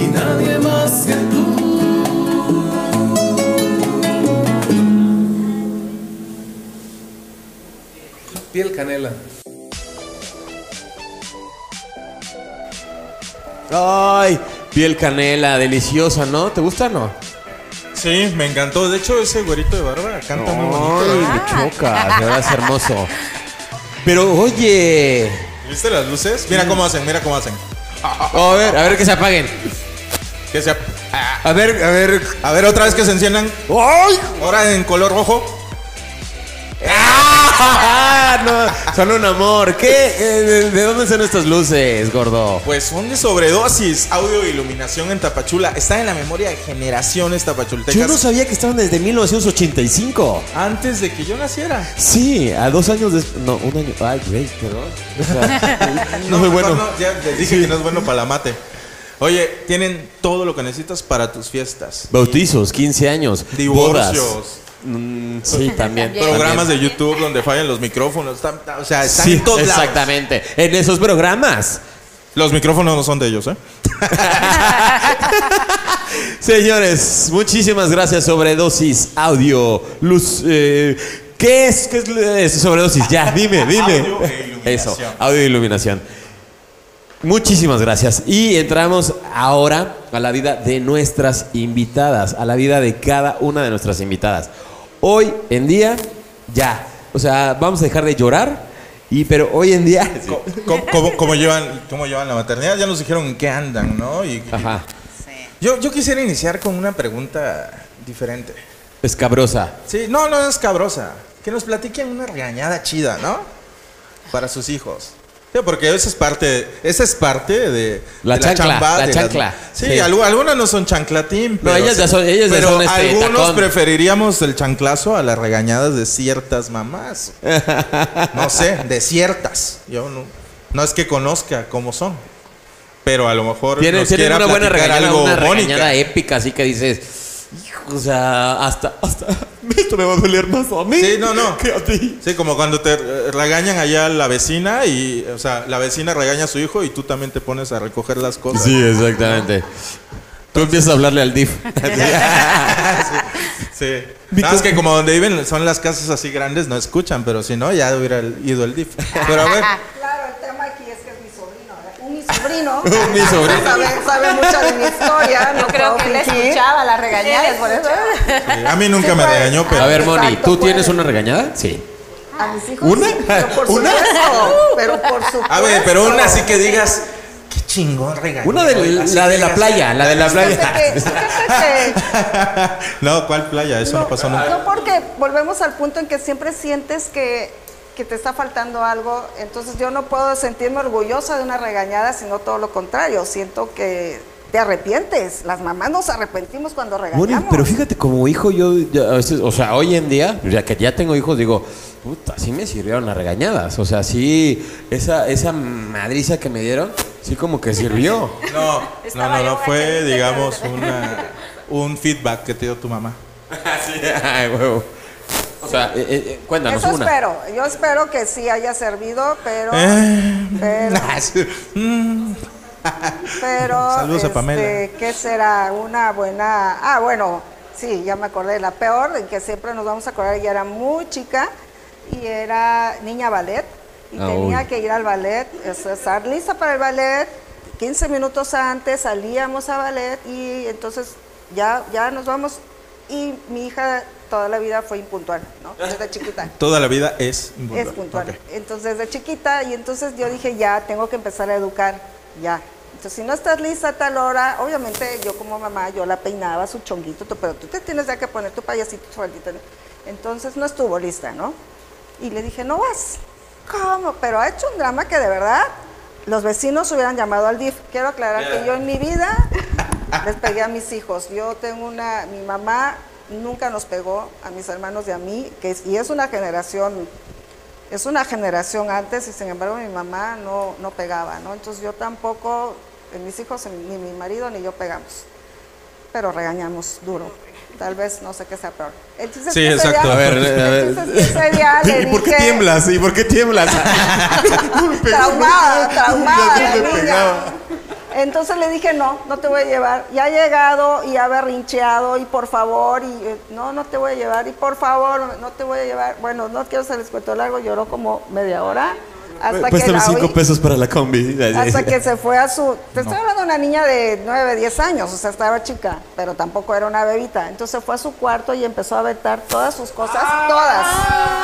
G: Y nadie más que tú. Piel canela.
A: Ay, piel canela, deliciosa, ¿no? ¿Te gusta o no?
B: Sí, me encantó. De hecho, ese güerito de barba canta muy bonito.
A: Ay, me choca, de verdad es hermoso. Pero oye,
B: ¿Viste las luces? Mira cómo hacen, mira cómo hacen.
A: a ver, a ver que se apaguen.
B: Que se ap-
A: A ver, a ver.
B: A ver, otra vez que se enciendan.
A: ¡Ay!
B: Ahora en color rojo.
A: ¡Ah! No, son un amor. ¿Qué? Eh, ¿De de dónde son estas luces, gordo?
B: Pues son de sobredosis. Audio e iluminación en Tapachula. Está en la memoria de generaciones tapachultecas.
A: Yo no sabía que estaban desde 1985.
B: Antes de que yo naciera.
A: Sí, a dos años después. No, un año. Ay, güey, perdón. O sea, no fue
B: mejor
A: bueno.
B: no, ya les dije que no es bueno para la mate. Oye, tienen todo lo que necesitas para tus fiestas.
A: Bautizos, 15 años.
B: Divorcios.
A: bodas. Mm, sí, también.
B: Programas de YouTube donde fallan los micrófonos. Están- están- o sea, están
A: Sí,
B: en todos lados.
A: exactamente. En esos programas.
B: Los micrófonos no son de ellos, ¿eh?
A: Señores, muchísimas gracias. Sobredosis, audio, luz. eh, ¿Qué es? ¿Qué es eh, sobredosis? Ya, dime, dime.
B: Audio e
A: Eso,
B: iluminación.
A: audio e iluminación. Muchísimas gracias. Y entramos ahora a la vida de nuestras invitadas, a la vida de cada una de nuestras invitadas. Hoy en día, ya. O sea, vamos a dejar de llorar, y, pero hoy en día.
B: Co- co- ¿Cómo, cómo llevan, ¿Cómo llevan la maternidad? Ya nos dijeron en qué andan, ¿no? Y, y-
A: Ajá,
E: Sí.
B: Yo, yo quisiera iniciar con una pregunta diferente.
A: escabrosa.
B: Sí, no, no es cabrosa. Que nos platiquen una regañada chida, ¿no? Para sus hijos. Sí, porque esa es parte, esa es parte de
A: La
B: de
A: chancla,
B: chambada,
A: la
B: de
A: chancla.
B: sí,
A: Sí.
B: algu- algunas no son chanclatín, pero
A: ellas ya son- ellas ya
B: pero
A: son, este,
B: algunos
A: tacón.
B: preferiríamos el chanclazo a las regañadas de ciertas mamás. No sé, de ciertas. Yo no, no es que conozca cómo son, pero a lo mejor
A: Tienen,
B: nos
A: tienen
B: quiera
A: una buena
B: platicar
A: regañada,
B: algo
A: una
B: Mónica.
A: regañada épica, así que dices, hijo, o sea, hasta, hasta, esto me va a doler más a mí
B: Sí, no, no.
A: que a ti.
B: Sí, como cuando te eh, regañan allá la vecina y, o sea, la vecina regaña a su hijo y tú también te pones a recoger las cosas.
A: Sí, exactamente. Tú empiezas a hablarle al DIF.
B: Sí. Nada más que como donde viven son las casas así grandes, no escuchan, pero si no, ya hubiera el- ido el DIF. Pero a ver,
F: Claro, el tema aquí es que sobrino.
A: Mi sobrino.
F: Sabe, sabe mucho de mi historia.
E: Yo
F: no
E: creo
F: puedo
E: que él
F: fingir.
E: escuchaba las regañadas, por eso.
B: A mí nunca me
F: puede.
B: regañó, pero.
A: A ver, Moni,
F: Exacto, pues.
A: ¿tú tienes
F: puede.
A: una regañada? Sí.
F: A mis hijos.
A: ¿Una?
F: sí, pero por
A: ¿Una?
F: supuesto, pero por supuesto.
B: A ver, pero una así que digas, qué chingón regañó.
A: Una de la,
B: Así
A: la
B: que
A: de la
B: digas,
A: playa, la de la
F: Fíjate que-
A: playa.
F: fíjate que
B: No, ¿cuál playa? Eso no, pasó nunca.
F: No, porque volvemos al punto en que siempre sientes que, que te está faltando algo. Entonces yo no puedo sentirme orgullosa de una regañada, sino todo lo contrario. Siento que te arrepientes. Las mamás nos arrepentimos cuando regañamos.
A: Moni, pero fíjate, como hijo yo, ya a veces, o sea, hoy en día, ya que ya tengo hijos, digo, puta, sí me sirvieron las regañadas. O sea, sí, esa, esa madriza que me dieron, sí como que sirvió.
B: No, no,
E: Estaba
B: no, no,
E: yo
B: fue,
E: guardadita,
B: digamos, una, un feedback que te dio tu mamá.
A: Ay, huevo. O sea, eh, eh, cuéntanos
F: Eso
A: una.
F: espero. Yo espero que sí haya servido, pero...
A: Eh.
F: pero-
B: Eh, Mm,
F: Pero, este,
B: Saludos a Pamela.
F: ¿Qué será? Una buena. Ah, bueno, sí, ya me acordé. La peor, en que siempre nos vamos a acordar, ella era muy chica y era niña ballet. Y
A: Ah,
F: tenía
A: uy.
F: que ir al ballet, o sea, estar lista para el ballet. 15 minutos antes salíamos a ballet y entonces ya, ya nos vamos. Y mi hija toda la vida fue impuntual, ¿no? Desde chiquita.
B: Toda la vida es
F: Es
B: puntual.
F: puntual.
B: Ok.
F: Entonces, de chiquita, y entonces yo dije, ya, tengo que empezar a educar, ya. Entonces, si no estás lista a tal hora, obviamente yo como mamá, yo la peinaba, su chonguito, tu- pero tú te tienes ya que poner tu payasito, tu faldita, ¿no? Entonces, no estuvo lista, ¿no? Y le dije, no vas. ¿Cómo? Pero ha hecho un drama que de verdad los vecinos hubieran llamado al DIF. Quiero aclarar que yo en mi vida les pegué a mis hijos. Yo tengo una, mi mamá nunca nos pegó a mis hermanos y a mí, que es- y es una generación es una generación antes y sin embargo mi mamá no, no pegaba, ¿no? Entonces yo tampoco, eh, mis hijos, ni mi marido ni yo pegamos, pero regañamos duro. Tal vez no sé qué sea peor. El chiste es
B: Sí,
F: que ese
B: exacto.
F: día-
B: A ver,
F: el
A: a ver.
F: chiste es que ese día le
D: ¿Y por qué
F: dije-
D: tiemblas? ¿Y Ah, por qué tiemblas?
F: Traumada, traumada
D: Ya
F: la
D: se le
F: niña.
D: pegaba.
F: Entonces le dije, no, no te voy a llevar. Ya ha llegado y ha berrincheado y por favor, y eh, no, no te voy a llevar, y por favor, no te voy a llevar. Bueno, no quiero ser el cuento largo, lloró como media hora. Hasta
B: Pues,
F: que,
D: Préstame
F: la oí-
D: cinco pesos para la combi.
F: hasta que se fue a su... Te estoy hablando de una niña de 9, 10 años, o sea, estaba chica, pero tampoco era una bebita. Entonces fue a su cuarto y empezó a vetar todas sus cosas, todas,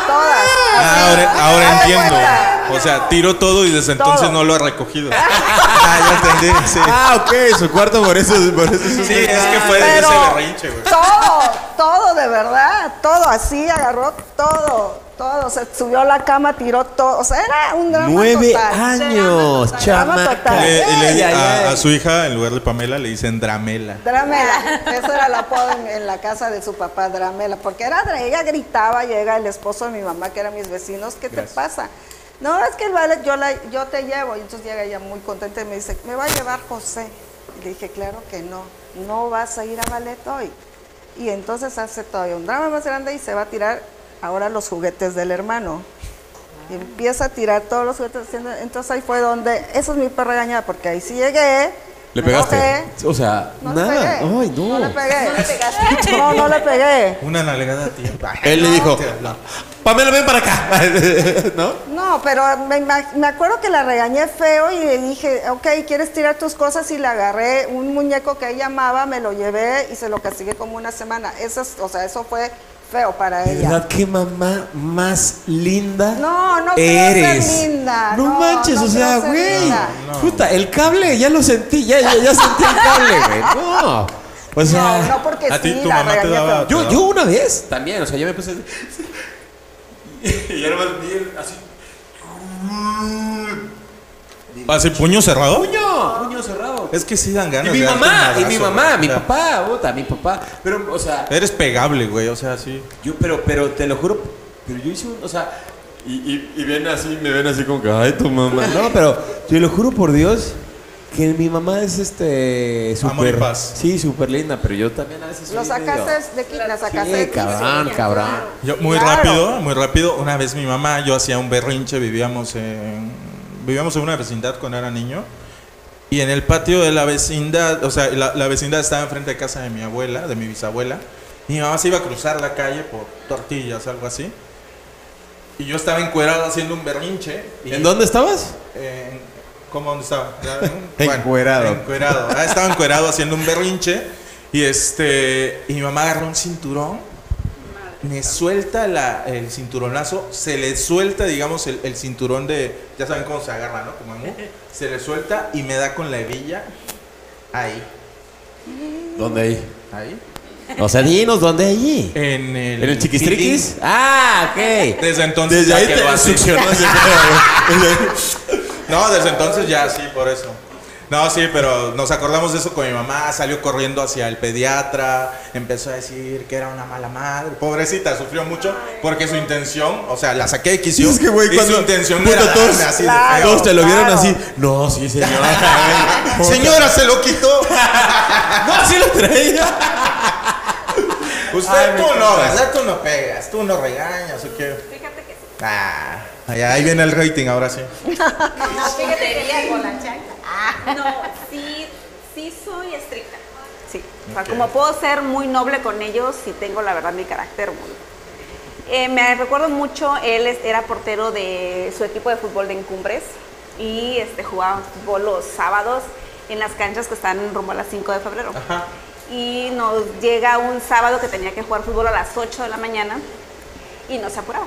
F: todas.
B: Ah,
F: así.
B: ahora, ahora
F: Haz de
B: entiendo.
F: cuenta.
B: O sea, tiró todo y desde entonces
F: Todo.
B: no lo ha recogido. ah, ya entendí, sí.
D: Ah, ok, su cuarto por eso, por eso es un-
B: Sí, es que fue de
F: Pero-
B: ese berrinche, güey.
F: Todo, todo de verdad, todo así, agarró todo, todo, se subió a la cama, tiró todo, o sea, era un drama
A: Nueve
F: total.
A: años,
F: Drama
A: chamaca.
F: total.
B: Le- y le-
A: Ay, ay,
B: a,
A: ay.
B: a su hija, en lugar de Pamela, le dicen Dramela.
F: Dramela, eso era el apodo en, en la casa de su papá, Dramela, porque era, dra- ella gritaba, llega el esposo de mi mamá, que eran mis vecinos, ¿qué te pasa? No, es que el ballet yo, la, yo te llevo, y entonces llega ella muy contenta y me dice, ¿me va a llevar José? Y le dije, claro que no, no vas a ir a ballet hoy. Y entonces hace todavía un drama más grande y se va a tirar ahora los juguetes del hermano. Y empieza a tirar todos los juguetes, haciendo- entonces ahí fue donde, eso es mi perra regañada, porque ahí sí llegué.
A: ¿Le
F: me enojé,
A: pegaste? O sea,
F: no le pegué.
A: nada. Ay, no.
F: No le pegué. No le pegaste. No, no le pegué.
B: Una nalgada, tiempo.
D: Él le dijo, Pamela, ven para acá. ¿No?
F: No, pero me, ima- me acuerdo que la regañé feo y le dije, ok, ¿quieres tirar tus cosas? Y le agarré un muñeco que ella amaba, me lo llevé y se lo castigué como una semana. Eso, es- o sea, eso fue feo para
A: De
F: ella.
A: verdad, qué mamá más linda
F: No, no quiero ser
A: eres.
F: linda,
A: No,
F: no,
A: manches,
F: no
A: o sea,
F: quiero ser
A: güey.
F: linda.
A: Puta, el cable, ya lo sentí, ya, ya, ya sentí el cable, güey. No. O sea,
F: No, no porque
B: ¿a ti
F: sí,
B: tu
F: la
B: mamá te
F: regañé
B: daba-
F: feo.
A: yo, yo una vez también, o sea, yo me puse. y era más bien así.
B: ¿Así puño cerrado?
A: ¡Puño! ¡Puño cerrado!
B: Es que sí dan
A: Y
B: ganas.
A: mi
B: de darte
A: mamá,
B: un
A: y mi
B: abrazo,
A: mamá,
B: güey.
A: mi
B: O sea,
A: papá, puta, mi papá. Pero, o sea,
B: Eres pegable, güey, o sea, sí.
A: Yo, pero, pero te lo juro, pero yo hice un, o sea,
D: Y, y, y ven así, me ven así como que, ay, tu mamá.
A: no, pero te lo juro por Dios que mi mamá es este
B: Amor y
A: super,
B: paz.
A: sí, súper linda, pero yo también a veces soy
F: Lo
A: medio-
F: sacaste de qui- la sacaste de
A: Sí,
F: quicio.
A: cabrón, cabrón.
B: Yo, muy
F: Claro.
B: rápido, muy rápido. Una vez mi mamá, yo hacía un berrinche, vivíamos en, vivíamos en una vecindad cuando era niño. Y en el patio de la vecindad, o sea, la, la vecindad estaba enfrente de casa de mi abuela, de mi bisabuela. Mi mamá se iba a cruzar la calle por tortillas, algo así. Y yo estaba encuerado haciendo un berrinche. y-
A: ¿En dónde estabas?
B: en- Eh, ¿Cómo dónde estaba? Ya,
A: Encuerado.
B: encuerado. Ah, estaba encuerado haciendo un berrinche. Y este. Y mi mamá agarró un cinturón. Me suelta la- el cinturonazo. Se le suelta, digamos, el, el cinturón de. Ya saben cómo se agarra, ¿no? Como emu. Se le suelta y me da con la hebilla. Ahí.
A: ¿Dónde ahí?
B: Ahí.
A: O sea, dinos, ¿dónde allí?
B: En el.
A: ¿En el chiquistriquis? Ah, ok.
B: Desde entonces
A: Desde
B: ya
A: ahí
B: quedó
A: te
B: así.
A: succionó ese pedo, güey.
B: No, desde entonces ya, sí, por eso. No, sí, pero nos acordamos de eso con mi mamá, salió corriendo hacia el pediatra, empezó a decir que era una mala madre. Pobrecita, sufrió mucho porque su intención, o sea, la saqué de quicio.
A: Es que, güey,
B: y
A: cuando-
B: su intención
A: puta,
B: era darme
A: todos-
B: así de
A: Ah,
B: feo.
A: Todos te lo vieron
C: claro.
A: así. No, sí, señora.
B: Señora, se lo quitó.
A: no, sí lo traía.
B: Usted, tú no, ¿verdad? Tú no pegas, tú no regañas, ¿o qué?
C: Fíjate que sí.
B: Ah, ahí- ahí viene el rating ahora sí.
C: No, fíjate que sí. Ah. No, sí, sí soy estricta. Sí, o sea,
B: Ok.
C: como puedo ser muy noble con ellos, sí tengo la verdad mi carácter muy... Eh, me recuerdo mucho, él es- era portero de su equipo de fútbol de Encumbres y este, jugaba fútbol los sábados en las canchas que están rumbo a las 5 de febrero.
B: Ajá.
C: Y nos llega un sábado que tenía que jugar fútbol a las 8 de la mañana y no se apuraba.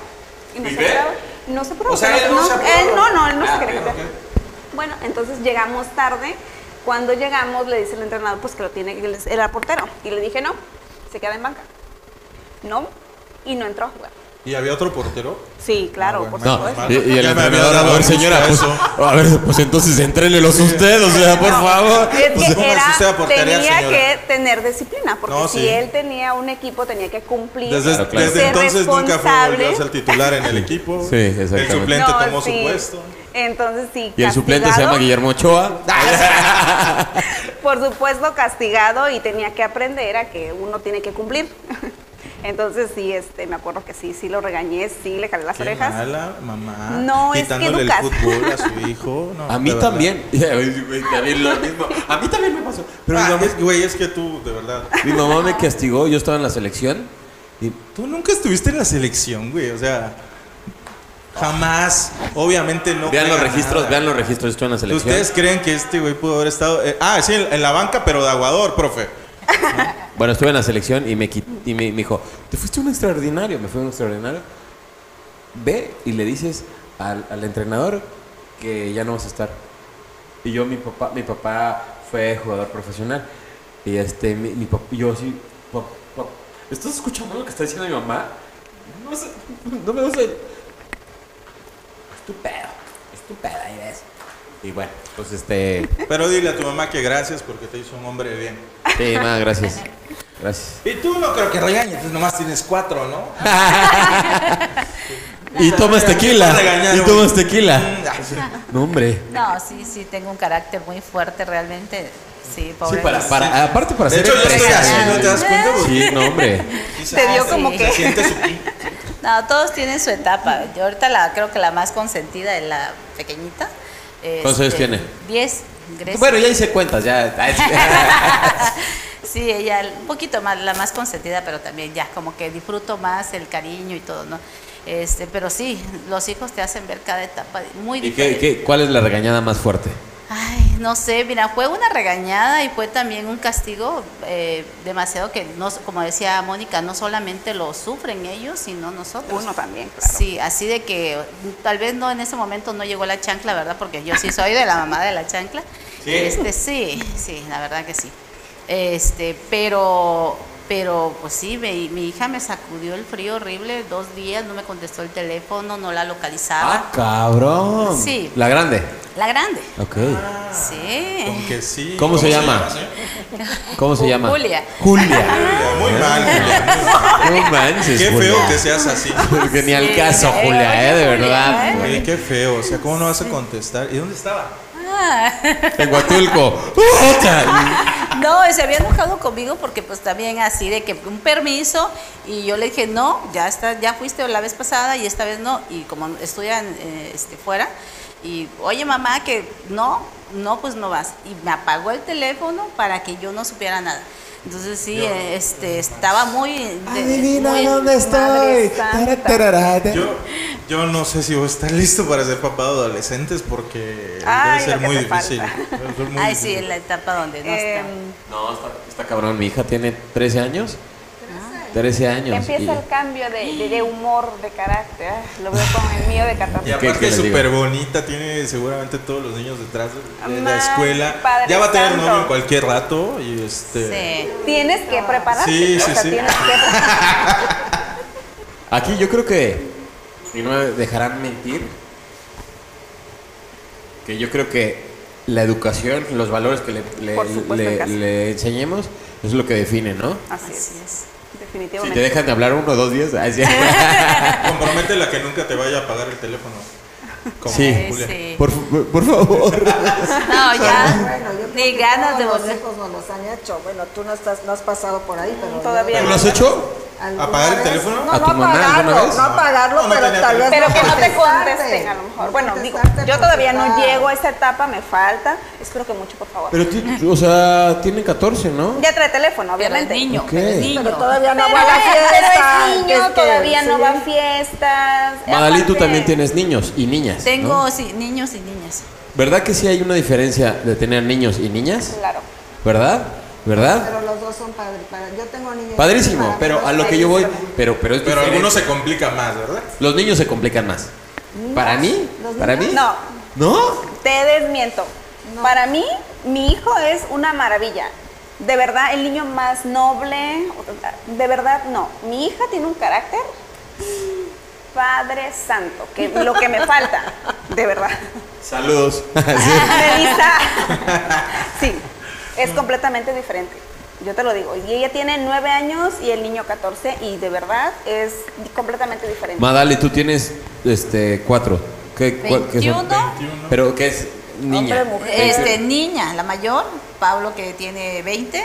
C: Y no se
B: ¿Vive?
C: apuraba. No se apuraba.
B: O sea,
C: pero
B: él no se apuraba.
C: él no, no, él no
B: Ah,
C: se quería
B: ok,
C: quitar.
B: ok.
C: Bueno, entonces llegamos tarde. Cuando llegamos le dice el entrenador pues que lo tiene, que él es- era portero. Y le dije no, se queda en banca. No, y no entró a jugar.
B: ¿Y había otro portero?
C: Sí, claro,
B: Ah, bueno,
C: por
A: No,
C: supuesto.
A: y, y el
B: Ya me había
A: entrenador, a
B: dado
A: ver, señora, pues,
B: eso.
A: a ver, pues entonces entrénelos usted, o sea, por favor.
C: Es
B: Pues,
C: que
B: ¿cómo
C: era-
B: es usted a portería,
C: tenía
B: señora?
C: que tener disciplina, porque
B: No,
C: si
B: sí.
C: él tenía un equipo tenía que cumplir.
B: Desde,
A: Ah, Claro, claro.
B: desde
C: ser
B: entonces nunca fue
C: responsable.
B: volvió a ser titular en el equipo.
A: Sí, exactamente.
B: El suplente
C: No,
B: tomó
C: sí.
B: su puesto.
C: Entonces sí,
A: Y el suplente se
C: castigado.
A: llama Guillermo Ochoa.
C: por supuesto castigado y tenía que aprender a que uno tiene que cumplir. Entonces sí, este, me acuerdo que sí, sí lo regañé, sí le jalé las
B: Qué
C: orejas. Em,
B: mala mamá.
C: No, es que
B: quitándole
C: educas.
B: el fútbol a su hijo. No,
A: A mí
B: de verdad.
A: también. Güey, También lo mismo. A mí también me pasó. Pero
B: Ah,
A: mi mamá-
B: es- güey, es que tú, de verdad.
A: mi mamá me castigó, yo estaba en la selección. Y
B: Tú nunca estuviste en la selección, güey. O sea, jamás. Obviamente no.
A: vean los
B: juega
A: registros,
B: nada.
A: vean los registros, yo estuve en la selección.
B: ¿Ustedes creen que este güey pudo haber estado. eh, ah, sí, en, en la banca, pero de aguador, profe.
A: Bueno, estuve en la selección y me, quit- y me, me dijo, te fuiste un extraordinario, me fue un extraordinario. Ve y le dices al, al entrenador que ya no vas a estar. Y yo, mi papá, mi papá fue jugador profesional. Y este, mi, mi papá, yo sí, "Pap- pap- ¿estás escuchando lo que está diciendo mi mamá? No, sé, no me vas a... Estupendo, estupendo, ahí ves. Y bueno, pues este...
B: Pero dile a tu mamá que gracias porque te hizo un hombre bien.
A: Sí, ma, gracias. Gracias.
B: Y tú no creo que regañes, nomás tienes cuatro, ¿no?
A: Y tomas
B: Me
A: tequila.
B: regañaron.
A: Y tomas tequila.
B: Mm, ah, sí.
A: No, hombre.
E: No, sí, sí, tengo un carácter muy fuerte realmente. Sí,
A: Sí,
E: pobre.
A: para, para, aparte para
B: De
A: ser
B: hecho, yo estoy
A: empresario,
B: así, ¿no te das cuenta?
A: güey. Sí, no, hombre.
C: Te dio
E: Ah,
C: como
E: sí.
C: que...
B: Se siente su pi-
E: No, todos tienen su etapa. Yo ahorita la, creo que la más consentida es la pequeñita. Este,
A: ¿Cuántos años tiene?
E: Diez. Grecia.
A: Bueno, ya hice cuentas, ya.
E: Sí, ella un poquito más, la más consentida, pero también ya como que disfruto más el cariño y todo, ¿no? Este, pero sí, los hijos te hacen ver cada etapa de- muy
A: ¿Y qué,
E: diferente.
A: qué- cuál es la regañada más fuerte?
E: Ay, no sé, mira, fue una regañada y fue también un castigo eh, demasiado que, no, como decía Mónica, no solamente lo sufren ellos, sino nosotros.
C: Uno también, claro.
E: Sí, así de que tal vez no en ese momento no llegó la chancla, ¿verdad? Porque yo sí soy de la mamá de la chancla.
B: ¿Sí?
E: Este, sí, sí, la verdad que sí. Este, pero, pero pues sí, mi, mi hija me sacudió el frío horrible dos días, no me contestó el teléfono, no la localizaba.
A: Ah, cabrón.
E: Sí.
A: La grande.
E: La grande.
A: Ok.
E: Sí.
B: con que sí.
A: ¿Cómo se llama?
B: sí?
A: ¿Cómo se llama?
E: Julia.
A: Julia.
B: Muy mal, Julia. muy
A: No
B: mal.
A: manches,
B: Qué feo
A: Julia.
B: que seas así.
A: Porque ni al
E: Sí,
A: caso,
E: eh,
A: Julia, eh, de
E: Julia,
A: verdad.
B: Oye, qué feo. O sea, ¿cómo no vas a contestar? ¿Y dónde estaba?
A: En Huatulco. ¡Puta!
E: No, y se había enojado conmigo porque pues también así de que un permiso y yo le dije, no, ya está, ya fuiste la vez pasada y esta vez no. Y como estudian eh, este, fuera, y oye mamá que no, no, pues no vas. Y me apagó el teléfono para que yo no supiera nada. Entonces sí, eh, este, estaba muy... de- muy-
C: Madre santa.
B: Yo, Yo no sé si voy a estar listo para ser papá de adolescentes porque
C: Ay,
B: debe ser
C: lo que
B: muy
C: te falta.
B: difícil. Debe ser muy
E: Ay,
B: difícil.
E: sí, en la etapa donde no
C: Eh,
E: está.
A: No, está, está cabrón. Mi hija tiene 13 años. 13 años.
C: empieza el cambio de, de- de humor, de carácter. ah, Lo veo como el mío de
B: Y
C: 14.
A: ¿Qué
B: aparte
A: quieres
B: es
A: que le
B: súper bonita, tiene seguramente todos los niños detrás de, de la
C: Ay,
B: escuela.
C: Padre
B: Ya va a tener
C: Santo.
B: novio en cualquier rato y este...
E: Sí.
C: Tienes que prepararte.
B: Sí,
C: o
B: sí,
C: sea,
B: sí.
C: tienes que prepararte.
A: Aquí yo creo que, y no me dejarán mentir, que yo creo que la educación, los valores que le, le-
C: Por supuesto,
A: le-
C: en casa.
A: le enseñemos, es lo que define, ¿no?
C: Así es.
A: Si te
C: Definitivamente.
A: dejan de hablar uno o dos días, ay, sí.
B: Compromete la que nunca te vaya a pagar el teléfono. Como
A: Sí.
B: Julia.
E: Sí.
A: por, fu- por favor.
E: No, ya.
F: Bueno, yo creo
E: Ni
F: que
E: ganas
F: todos
E: de
F: los
E: volver.
F: hijos nos los han hecho. Bueno, tú no, estás, no has pasado por ahí, pero...
C: Todavía
A: ¿Tú
C: no.
A: lo has hecho?
F: ¿Alguna
B: ¿Apagar el
F: vez?
B: teléfono?
F: No,
A: ¿A
F: no
A: tu mamá alguna
F: apagarlo,
A: vez?
F: no apagarlo,
B: No, no
F: pero
B: tenía
F: tal vez
B: teléfono.
C: Pero que no te
F: contestarte.
C: contesten, a lo mejor.
F: No
C: Bueno, digo,
F: contestarte,
C: yo todavía no
F: contestar.
C: llego a esa etapa, me falta. Espero que mucho, por favor.
A: Pero, ti- o sea, tienen 14, ¿no?
C: Ya trae teléfono,
E: Pero es
C: obviamente.
E: niño,
A: Ok.
E: pero es niño.
F: Pero todavía no
C: Pero,
F: va a la
C: es- pero
F: fiesta.
C: es niño,
F: es que-
C: todavía no
F: sí.
C: va a fiestas.
A: Madalí, tú
C: Aparte-
A: también tienes niños y niñas.
E: Tengo
A: ¿no?
E: sí, niños y niñas.
A: ¿Verdad que sí hay una diferencia de tener niños y niñas?
C: Claro.
A: ¿Verdad? ¿Verdad?
F: Pero los dos son padres. para- Yo tengo niños.
A: Padrísimo,
F: para
A: pero
F: mí
A: a
F: los
A: lo que yo voy,
F: padres son-
A: pero pero es
B: Pero
A: diferente.
B: algunos se complica más, ¿verdad?
A: Los niños se complican más. ¿Para mí?
F: ¿Los
A: ¿Para mí?
F: niños?
C: No,
A: ¿No?
C: te desmiento. Para mí, mi hijo es una maravilla. De verdad, el niño más noble. De verdad, no. Mi hija tiene un carácter. Padre Santo, que lo que me falta, de verdad.
A: Saludos.
C: Melissa. Sí, es completamente diferente. Yo te lo digo. Y ella tiene nueve años y el niño 14 y de verdad es completamente diferente.
A: Madale, tú tienes este cuatro. ¿Qué, cua- qué son?
E: 21.
A: Pero qué es niña.
E: Hombre, mujer. Este, niña, la mayor, Pablo que tiene 20.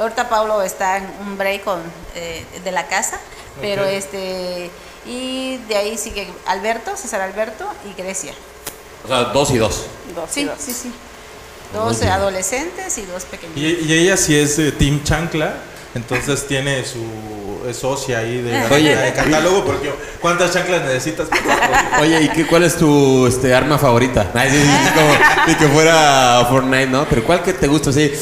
E: Ahorita Pablo está en un break con, eh, de la casa, pero
B: Ok.
E: este, y de ahí sigue Alberto, César Alberto y Grecia.
A: O sea, dos y dos.
C: Dos y
E: Sí,
C: dos.
E: sí, sí. Dos adolescentes y dos pequeños.
B: Y, y ella sí es eh, Team Chancla, entonces tiene su... es socia ahí de, la-
A: Oye.
B: de catálogo porque ¿cuántas chanclas necesitas?
A: Oye, ¿y qué, cuál es tu este, arma favorita? Ay, sí, sí, sí, como, y que fuera Fortnite, ¿no? Pero ¿cuál que te gusta? Sí.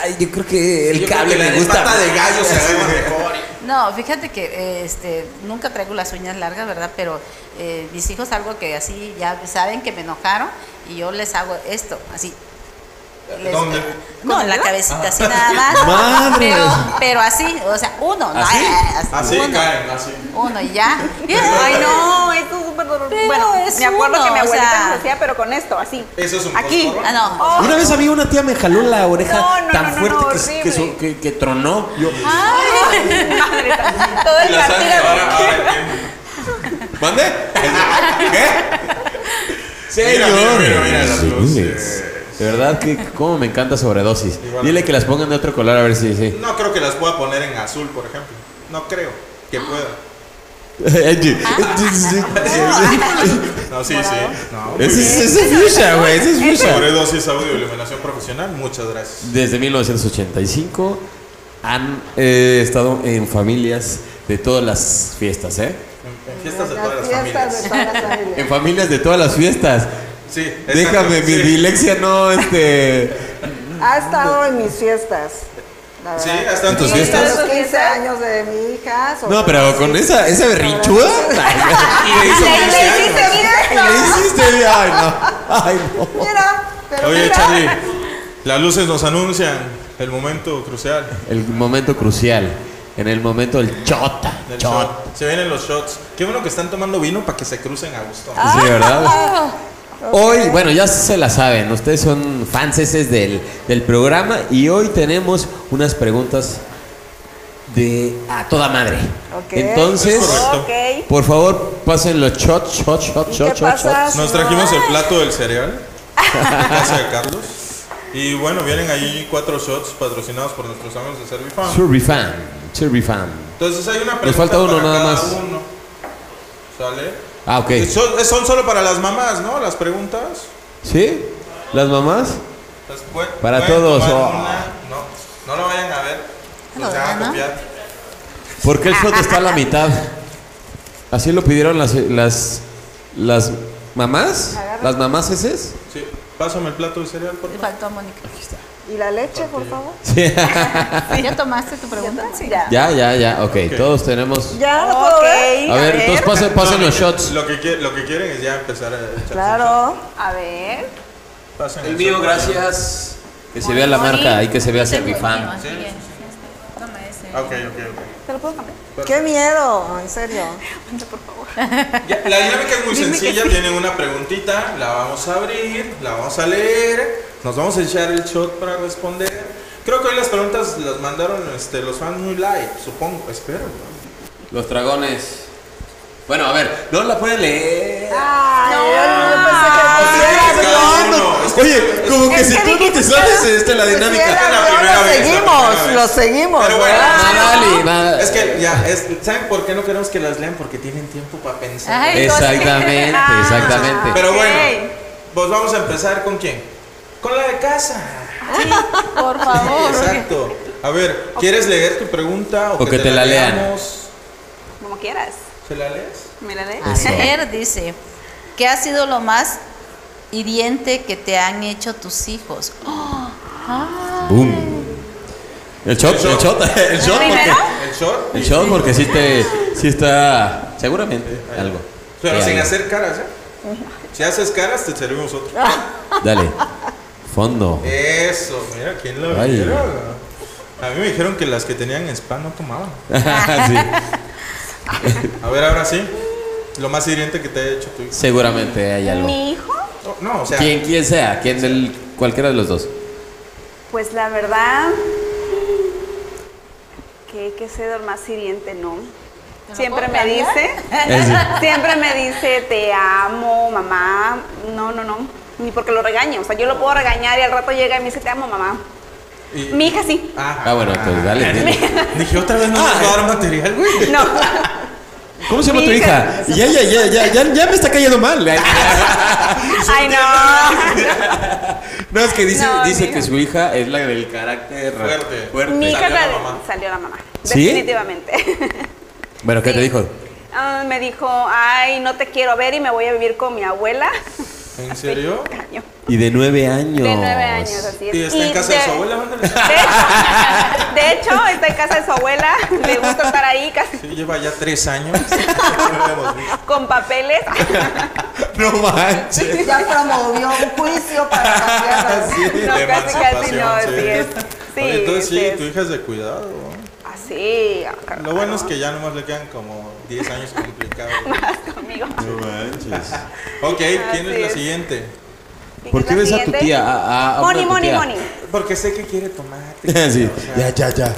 A: Ay, yo creo que el
B: Yo creo
A: cable
B: que la
A: me
B: de
A: gusta.
B: pata de gallo se agarra mejor.
E: No, fíjate que eh, este, nunca traigo las uñas largas, ¿verdad? Pero eh, mis hijos algo que así ya saben que me enojaron y yo les hago esto, así. Les-
B: ¿Dónde?
E: No, en la cabecita,
B: Ah.
E: así nada más.
A: Madre.
E: Pero, pero así, o sea, uno. no,
A: ¿Así?
E: eh,
B: Así
E: uno,
B: caen, así.
E: uno y ya.
C: Ay, no, esto es súper doloroso.
E: Pero
C: Bueno,
E: es
C: me acuerdo
E: uno,
C: que mi
E: o
C: abuelita
E: sea-
C: nos hacía, pero con esto, así.
B: Eso es un
C: Aquí.
B: coscorrón.
E: Ah, no.
A: Una vez había una tía me jaló la oreja
C: No, no,
A: tan
C: no, no,
A: fuerte
C: no,
A: que, s- que, su-
C: horrible.
A: que- que tronó. Yo, "Ah".
C: Madre santa. Todo el
B: La sangre ahora,
C: partido.
B: ahora entiendo.
A: ¿Mande? ¿Qué?
B: Mira, mira,
A: Señor.
B: mira, mira las luces.
A: De verdad que cómo me encanta sobredosis.
B: Igual.
A: Dile que las pongan de otro color a ver si sí.
B: No creo que las pueda poner en azul, por ejemplo. No creo que pueda.
A: Angie.
C: Ah,
B: No, sí, sí. No.
A: Ese es ese es fuchsia, güey. Ese es fuchsia.
B: Sobredosis audio iluminación profesional, muchas gracias.
A: Desde 1985 han eh, estado en familias de todas las fiestas, ¿eh?
B: En, en fiestas de
F: Las
B: todas las
F: fiestas
B: familias.
F: de todas las familias.
A: En familias de todas las fiestas.
B: Sí, exacto,
A: Déjame, mi
B: sí.
A: dilexia no, este...
F: Ha estado en mis fiestas. la
B: Sí,
F: verdad.
B: hasta en tus
F: Sí,
A: fiestas.
F: Los 15 años de mi hija. sobre
A: No, pero
F: todo,
A: con
F: sí.
A: esa, esa berrinchuda. Y le hizo
C: Le- le
A: oficial.
C: hiciste bien.
A: Le hiciste bien. Ay, no. Ay, no.
F: Mira, pero
B: Oye,
F: mira.
B: Charlie, las luces nos anuncian el momento crucial.
A: El momento crucial. En el momento del chota.
B: Del
A: Chota.
B: shot. Se vienen los shots. Qué bueno que están tomando vino para que se crucen a gusto.
A: Sí, ¿verdad?
B: Ah.
A: Hoy, bueno, ya se la saben. Ustedes son fanses del, del programa. Y hoy tenemos unas preguntas de a toda madre.
F: Ok.
A: Entonces,
B: Es correcto.
C: Ok.
A: por favor, pasen los shot, shot, shot, shot,
F: ¿Qué
A: shot,
F: pasa?
A: shot.
B: Nos trajimos el plato del cereal en casa de Carlos. Y bueno, vienen ahí cuatro shots patrocinados por nuestros amigos de Servifarm.
A: Survifan, Survifan.
B: Entonces hay una pregunta.
A: Nos falta uno
B: para
A: nada
B: cada
A: más.
B: uno. ¿Sale?
A: Ah, ok.
B: Son, son solo para las mamás, ¿no? Las preguntas.
A: ¿Sí? ¿Las mamás?
B: Entonces, pue-
A: Para
B: pueden
A: todos,
B: tomar
A: oh.
B: una- no, no lo vayan a ver.
E: No,
B: Los van a
E: ¿no?
B: copiar.
A: Porque el shot está a la mitad. Así lo pidieron las, las ¿Las mamás? ¿Las mamás heces?
B: Sí, pásame el plato de cereal, por
E: Le
B: favor.
E: faltó a Mónica.
F: ¿Y la leche, por favor?
A: Sí.
E: ¿Ya tomaste tu pregunta? Sí.
C: Ya.
A: ya, ya, ya. ok, todos tenemos.
F: ¿Ya lo puedo
C: Ok,
F: ver?
A: A ver, entonces pasen, pasen
B: No,
A: los
B: lo que-
A: shots.
B: Lo que, quie- lo que quieren es ya empezar a echar.
F: Claro.
C: A ver.
B: Pasen
H: El mío,
B: shot.
H: gracias.
A: Que se vea la marca y que se vea Servifam.
E: Toma ese.
B: Ah, Ok, ok, ok.
C: ¿Te lo puedo cambiar?
F: ¡Qué miedo! En serio.
B: Ya, la dinámica es muy sencilla. Tienen una preguntita, la vamos a abrir, la vamos a leer, nos vamos a echar el shot para responder. Creo que hoy las preguntas las mandaron este, los fans muy light, supongo, espero. ¿no?
A: Los dragones. Bueno, a ver, no la pueden leer.
F: Ay, yo pensé que pusieras no.
A: Oye, como que
F: Es
A: si
F: que
A: tú no te
F: dijiste
A: sabes
F: que-
A: este, la
F: Pues
A: dinámica.
F: era-
B: Es la
F: no,
B: primera
F: lo
B: vez, la primera
F: seguimos,
B: vez.
F: lo seguimos,
B: Pero bueno,
F: ¿verdad?
A: No, dale, va.
B: Es que ya, es- ¿saben por qué no queremos que las lean? Porque tienen tiempo para pensar.
E: Ay,
A: Exactamente, exactamente.
B: Pero
C: Ah, ok.
B: bueno, pues vamos a empezar con quién? Con la de casa.
E: Por favor.
B: Exacto. A ver, ¿quieres leer tu pregunta o,
A: O que te la lean.
B: leamos?
C: Como quieras.
B: ¿Se la lees?
C: ¿Me la lees?
E: A ver, dice, ¿qué ha sido lo más hiriente que te han hecho tus hijos?
A: Boom. El shot, el shot, el shot, porque,
C: ¿Primero?
B: El short.
A: Ah. el shot porque sí te, sí está, seguramente algo.
B: Pero
A: Sí,
B: sin
A: algo.
B: hacer caras, ¿eh? Si haces caras, te servimos otro.
A: Ah. Dale. Fondo.
B: Eso, mira, ¿quién lo
A: Ay.
B: vio? A mí me dijeron que las que tenían spa no tomaban.
A: sí,
B: A ver, ahora sí. Lo más hiriente que te ha hecho tu hijo.
A: seguramente hay algo.
C: Mi hijo,
B: No, No, o sea,
A: Quien, quien sea, quien del, cualquiera de los dos.
C: pues la verdad, que, que se más hiriente, ¿no?
E: lo
C: Siempre
E: puedo
C: me
E: cambiar?
C: dice, siempre me dice, te amo, mamá. No, no, no. Ni porque lo regañe. O sea, yo lo puedo regañar y al rato llega y me dice, te amo, mamá.
B: y-
C: Mi hija sí.
B: Ah,
A: Ah, bueno, pues dale. dile.
B: Dije, otra vez no nos va a dar material, güey.
C: Ah. No.
A: ¿Cómo se llama
C: Mi
A: tu hija?
C: hija.
A: Ya, ya, ya, ya, ya, ya me está cayendo mal.
C: Ay, no.
A: No, es que dice,
C: No,
A: dice
C: mi
A: que
C: hija.
A: su hija es la del carácter
B: Fuerte.
C: Mi hija
B: Salió la
C: sal-
B: mamá.
C: salió la mamá.
A: ¿Sí?
C: Definitivamente.
A: Bueno, ¿qué te dijo?
C: Ah, me dijo, ay, no te quiero ver y me voy a vivir con mi abuela.
B: ¿En serio?
C: Año.
A: Y de nueve años.
C: De nueve años, así es.
B: Y está en casa de su abuela,
C: De
B: mándale.
C: hecho, de hecho, está en casa de su abuela. Le gusta estar ahí casi
B: Sí, lleva ya tres años. No lo habíamos visto.
C: con papeles.
A: No manches.
F: Ya promovió un juicio para cambiarlas.
C: No,
B: De
C: casi, casi no,
B: emancipación,
C: así es. Sí,
B: Oye, entonces
C: así
B: sí,
C: es.
B: tu hija es de cuidado. ¿no?
C: Así. ah,
B: Lo bueno es
C: claro,
B: que ya nomás le quedan como 10 años complicados.
C: Conmigo.
D: No manches.
B: Ok, ¿quién es
C: Así
B: la
C: es.
B: siguiente?
A: ¿Por qué
C: La
A: ves a tu
C: siguiente.
A: tía? A, a- a una
C: Moni,
A: tu
C: Moni,
A: tía?
C: Moni.
B: Porque sé que quiere tomar.
A: Sí.
B: O sea,
A: Ya, ya, ya.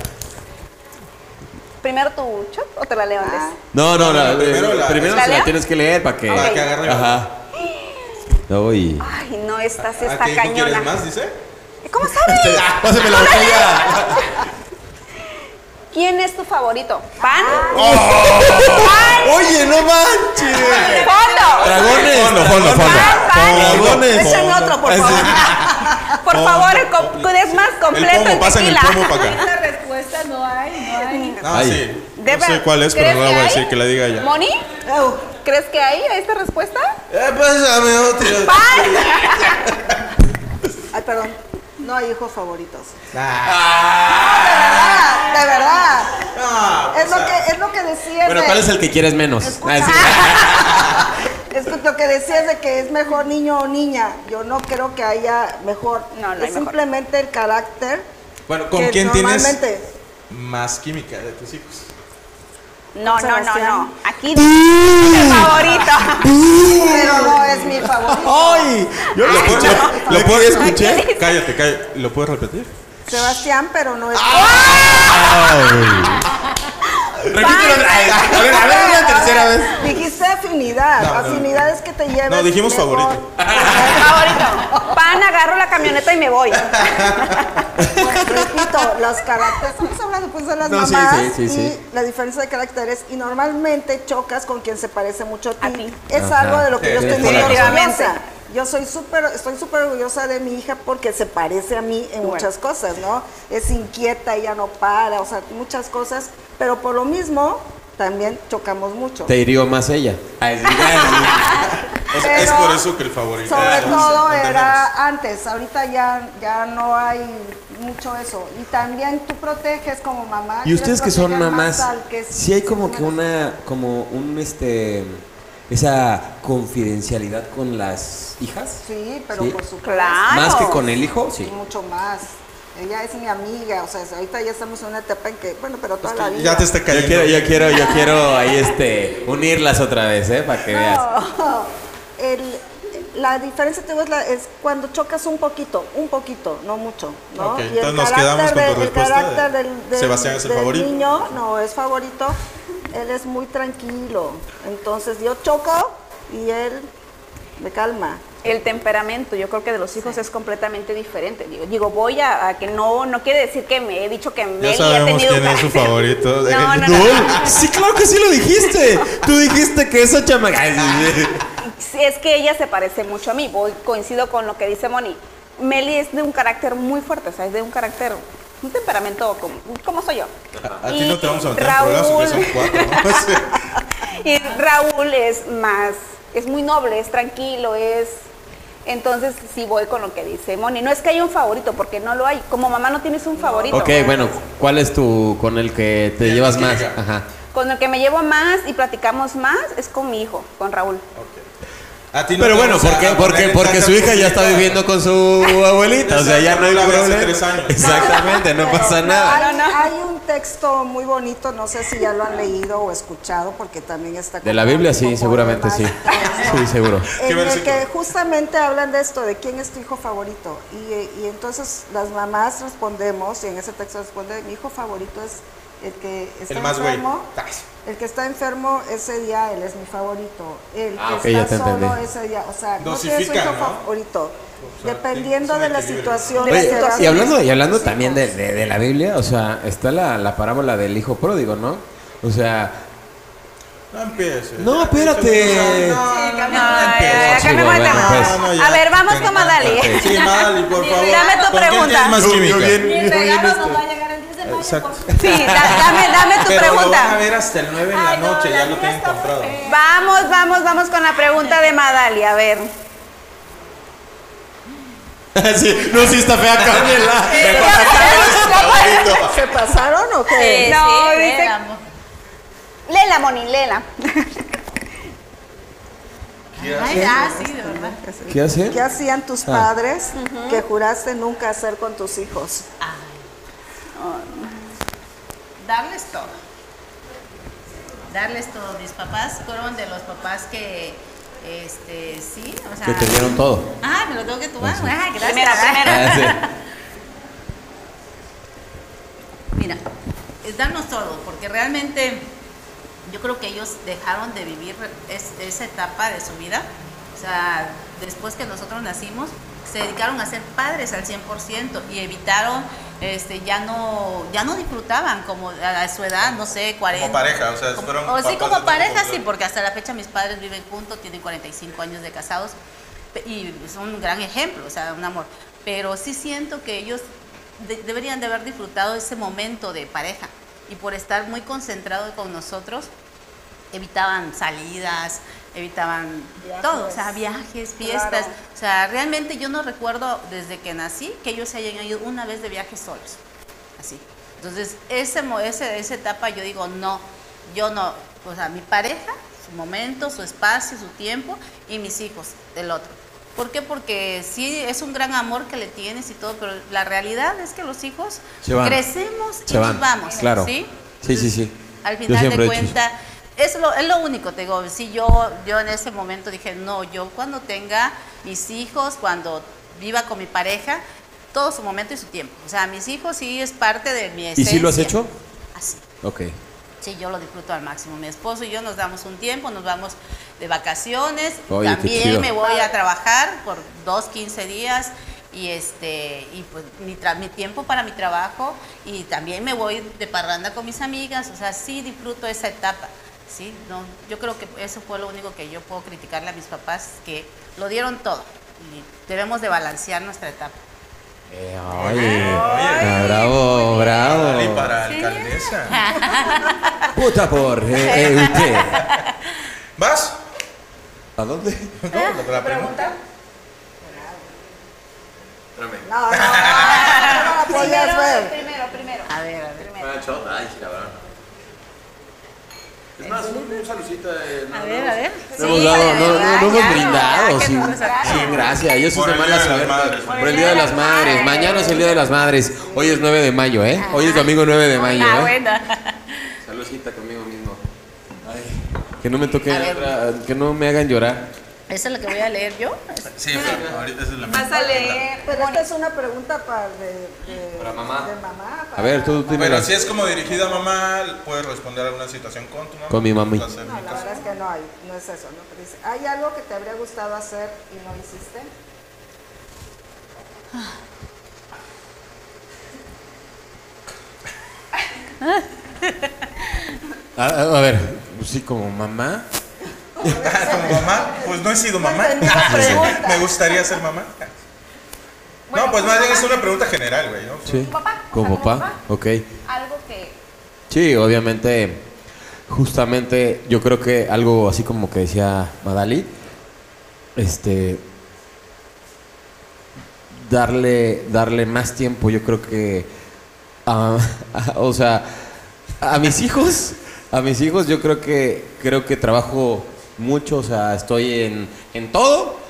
C: Primero tu shot o te la leo antes.
E: Ah.
A: No, no, no.
B: Bueno,
A: Primero,
B: primero
A: la,
B: la-
A: primero
C: ¿La
A: se la
C: leo?
A: tienes que leer para que.
B: Para que agarre.
A: Ajá. No, y.
C: Ay, no, esta sí
B: ¿a
C: está
B: qué hijo
C: cañona.
B: Ah, quieres más, Este dice?
C: ¿Cómo sabes?
A: Pásame la botella.
C: ¿Quién es tu favorito? ¿Pan?
B: Oh.
A: Oye, no manches.
C: ¡Fondo!
A: Dragones.
B: Fondo,
A: fondo,
C: Pan, pan.
A: Dragones.
F: Échame otro, por favor.
C: Por favor, co- que es más completo
B: pomo,
C: en
B: pasen el
C: tequila.
B: pomo para acá.
E: La respuesta no hay, no hay.
B: Ah,
A: Ay.
B: sí.
C: De
B: No sé
C: ver-
B: cuál es, pero
C: ¿crees
B: no la voy a
C: que hay?
B: decir, que la diga ya.
C: Moni,
F: Au.
C: ¿crees que hay a esta respuesta?
B: Eh, pásame otro.
F: Ay, perdón. No hay hijos favoritos.
B: Ah,
F: Ah, de verdad.
B: ah,
F: Es lo
B: o sea,
F: que, es lo que decías
A: Bueno,
F: de-
A: ¿cuál es el que quieres menos? Ah, sí.
B: Ah,
F: es que lo que decías de que es mejor niño o niña. Yo no creo que haya mejor.
C: No, no hay
F: es
C: mejor.
F: simplemente el carácter.
B: Bueno, ¿con
F: que
B: quién tienes
F: normalmente
B: más química de tus hijos?
C: No, no, no,
F: Sebastián.
C: no. Aquí mi favorito.
F: Pero no es mi favorito.
A: ¡Ay!
B: Yo lo puedo,
F: lo-
B: puedo escuchar. Cállate, cállate. ¿Lo puedes repetir?
F: Sebastián, pero no es.
B: ¡Ah!
A: Repítelo otra vez. A ver, a ver, una tercera vez.
F: Dijiste afinidad.
B: No, no,
F: afinidad es que te lleves.
B: No, dijimos favorito.
C: favorito. Pan, agarro la camioneta y me voy.
F: Pues, repito, los caracteres. Estamos hablando pues de las
A: No, sí,
F: mamás
A: sí, sí,
F: y
A: sí.
F: la diferencia de caracteres. Y normalmente chocas con quien se parece mucho a ti.
C: A ti.
F: Es
A: Ajá.
F: algo de lo que
B: Sí,
F: yo estoy muy
C: definitivamente.
F: orgullosa. Yo soy súper, estoy súper orgullosa de mi hija porque se parece a mí en muchas cosas, ¿no? Es inquieta, ella no para, o sea, muchas cosas. Pero por lo mismo, también chocamos mucho.
A: Te hirió más ella.
B: Es, es
F: Pero,
B: por eso que el favorito.
F: Sobre
B: Claro,
F: todo
B: entendemos.
F: era antes, ahorita ya, ya no hay mucho eso. Y también tú proteges como mamá.
A: Y ustedes que son
F: proteger más
A: mamás,
F: al que
A: si hay como que
F: una-
A: una, como un este, esa confidencialidad con las hijas,
F: Sí, pero
A: Sí.
F: por su
C: Claro.
A: más que con el hijo, sí.
F: Mucho más. Ella es mi amiga, o sea, ahorita ya estamos en una etapa en que, bueno, pero toda la vida.
B: Ya te está
A: Yo
B: cayendo.
A: quiero, yo quiero, yo quiero ahí este, unirlas otra vez, ¿eh? Para que veas.
F: No, el- la diferencia te digo, es, la- es cuando chocas un poquito, un poquito, no mucho. ¿no?
B: Ok,
F: Y el
B: entonces nos
F: carácter
B: quedamos con tu
F: del- el
B: respuesta de
F: carácter del- del-
B: Sebastián es el
F: del
B: favorito.
F: niño no es favorito, él es muy tranquilo. Entonces yo choco y él me calma.
C: El temperamento, yo creo que de los hijos es completamente diferente. Digo, digo voy a, a que no, no quiere decir que me he dicho que me
B: Ya
C: he
B: sabemos
C: tenido
B: quién
C: un
B: es su
C: carácter.
B: favorito.
C: No, no, no.
A: ¡No! Sí, claro que sí lo dijiste. Tú dijiste que esa chamaca. Ay, sí, sí.
C: Sí, Es que ella se parece mucho a mí, voy, coincido con lo que dice Moni. Meli es de un carácter muy fuerte, o sea, es de un carácter, un temperamento como, como soy yo.
B: A ti no te vamos a meter en problemas porque
C: Raúl,
B: son cuatro. ¿no? Sí.
C: y Raúl es más, es muy noble, es tranquilo, es... Entonces sí voy con lo que dice Moni. No es que haya un favorito, porque no lo hay. Como mamá no tienes un favorito.
A: Ok, bueno, ¿cuál es tu con el que te llevas más? Ajá.
C: Con el que me llevo más y platicamos más es con mi hijo, con Raúl.
B: A ti no
A: Pero
B: te
A: bueno,
B: vamos a
A: porque,
B: poner
A: porque,
B: en
A: porque
B: tanta
A: su hija ya está
B: complicidad.
A: viviendo con su abuelita, o sea, ya no hay
B: La vi hace
A: problema.
B: tres años.
A: Exactamente, no pasa
B: Ah.
A: nada.
F: Hay, hay un texto muy bonito, no sé si ya lo han leído o escuchado, porque también está...
A: De la
F: como-
A: Biblia, sí,
F: como
A: seguramente sí.
F: temática, ¿no?
A: Sí, seguro.
B: ¿Qué
F: En el
B: versículo?
F: que justamente hablan de esto, de quién es tu hijo favorito. Y, eh, y entonces las mamás respondemos, y en ese texto responde, mi hijo favorito es el que está
B: El más güey.
F: enfermo. El que está enfermo ese día, él es mi favorito. El
A: Ah, ok,
F: que
A: ya te
F: está solo
A: entendí.
F: ese día, o sea, no tienes un
B: Dosifican,
F: hijo
B: ¿no?
F: favorito.
B: O sea,
F: Dependiendo
B: es un
F: de la
B: equilibrio.
F: situación.
A: Oye,
F: en la que vas
A: y hablando, y
F: viviendo.
A: hablando
F: Sí,
A: también de,
F: pues.
A: de- de la Biblia, o sea, está la, la parábola del hijo pródigo, ¿no? O sea,
B: No empieces.
A: No,
B: Ya,
A: espérate.
B: No, no, no,
C: No,
B: no
C: ya,
B: empieces.
C: ya,
A: Sí,
C: cambiamos de
A: bueno,
C: tema.
A: pues.
B: No, no, ya.
C: A ver, vamos
B: Venga,
C: con Madali.
B: ok. Sí, Madali, por favor.
C: Dame tu
B: ¿Con quién
C: pregunta.
B: tienes más
D: Yo- yo
B: química?
D: bien- yo bien este.
C: Sí, da- dame, dame tu
B: Pero lo van a
C: pregunta.
B: ver hasta el 9 de la noche, ya lo tienen comprado.
C: Vamos, vamos, vamos con la pregunta de Madali, a ver.
A: sí, no, sí está fea, cámbiala.
F: ¿Se pasaron o qué?
E: Sí,
C: No,
E: sí,
C: dice-
E: ven, amor.
C: Lela, Moni, Lela.
E: Ay, ah, sí, de verdad.
A: ¿Qué hace?
F: ¿Qué hacían tus padres que juraste nunca hacer con tus hijos?
E: darles todo. Darles todo. Mis papás fueron de los papás que, este, sí, o sea.
A: Que te dieron todo.
E: Ah, me lo tengo que tomar. Ah, gracias.
C: Primera, primera.
A: Ah, sí.
E: Mira, es darnos todo, porque realmente yo creo que ellos dejaron de vivir es- esa etapa de su vida. O sea, después que nosotros nacimos, se dedicaron a ser padres al 100% y evitaron, este, ya no, ya no disfrutaban como a, a su edad, no sé, 40.
B: pareja, o sea,
E: como-
B: fueron
E: o sí,
B: papás de
E: como
B: tiempo
E: pareja, sí,
B: completo.
E: porque hasta la fecha mis padres viven juntos, tienen 45 años de casados pe- y son un gran ejemplo, o sea, un amor. Pero sí siento que ellos de- deberían de haber disfrutado ese momento de pareja y por estar muy concentrados con nosotros, evitaban salidas, evitaban todo, o sea, viajes, fiestas.
F: Claro.
E: O sea, realmente yo no recuerdo desde que nací que ellos se hayan ido una vez de viaje solos, así. Entonces, ese, mo- ese, esa etapa yo digo, no, yo no, o sea, mi pareja, su momento, su espacio, su tiempo y mis hijos, el otro. ¿Por qué? Porque sí es un gran amor que le tienes y todo, pero la realidad es que los hijos
A: Se van.
E: crecemos y
A: Se van,
E: nos vamos,
A: claro.
E: ¿sí?
A: Sí, sí, sí.
E: Al
A: Yo
E: final
A: siempre
E: de
A: he hecho eso.
E: cuentas, es lo, es lo único, te digo, si yo, yo en ese momento dije, no, yo cuando tenga mis hijos, cuando viva con mi pareja, todo su momento y su tiempo. O sea, mis hijos sí es parte de mi
A: ¿Y
E: esencia. Ah,
A: si lo has hecho?
E: Así.
A: Ok.
B: Eh,
E: Sí, yo lo disfruto al máximo. Mi esposo y yo nos damos un tiempo, nos vamos de vacaciones.
A: Oye, qué chido.
E: También me voy a trabajar por dos, 15 días. Y, este, y pues mi, tra- mi tiempo para mi trabajo. Y también me voy de parranda con mis amigas. O sea, sí disfruto esa etapa. Sí, no, yo creo que eso fue lo único que yo puedo criticarle a mis papás, que lo dieron todo. Y debemos de balancear nuestra etapa.
A: Eh, oye, ah, bravo, bravo.
B: Y para alcaldesa.
A: Puta por eh, eh, usted.
B: ¿Vas?
A: ¿A dónde?
B: No, la- la pregunta.
F: No, no, no, no la podías
C: Primero,
F: ver.
C: primero, primero.
E: A ver, a ver.
H: Ay, sí, la verdad. Es más, un, un saludcito de.
E: A ver, a ver.
A: No hemos dado- no- no- no hemos brindado, sí. Sí, gracias. Yo soy
B: Por
A: de
B: el
A: malas
B: Día de
A: saber.
B: las Madres.
A: Por el Día de las Madres. Mañana es el Día de las Madres. Hoy es 9 de mayo, ¿eh? Hoy es domingo 9 de mayo,
E: Ah,
A: ¿eh?
E: bueno.
H: Saludcita conmigo mismo.
A: Que no me toque, otra- que no me hagan llorar.
E: ¿Eso es lo que voy a leer yo?
B: Sí, pero ahorita esa es la
C: Vas a leer.
F: Pero esta Pues es una pregunta para de, de-
H: Para mamá.
F: de mamá,
A: A
F: para-
A: ver, tú dime.
B: Pero
A: las-
B: si es como dirigida a mamá, puedes responder alguna situación con tu mamá.
A: Con mi mami.
B: Puedes hacer
F: No,
B: mi
F: la
B: caso.
F: verdad es que no hay, no es eso, ¿no? Pero dice, ¿hay algo que te habría gustado hacer y no hiciste?
A: A, a- a ver, pues sí, como mamá.
B: Como mamá, pues no he sido mamá.
F: entendí la pregunta.
B: Me gustaría ser mamá.
C: Bueno,
B: no, pues más
C: como
B: bien es
C: mamá.
B: una pregunta general, güey, ¿no?
A: Sí.
C: papá, o
A: Como
C: sea, como
A: papá.
C: papá.
A: Ok.
C: Algo que
A: Sí, obviamente, justamente yo creo que algo así como que decía Madalí, este, darle, darle más tiempo, yo creo que, a- a- o sea, a mis hijos, a mis hijos yo creo que, creo que trabajo mucho, o sea, estoy en, en todo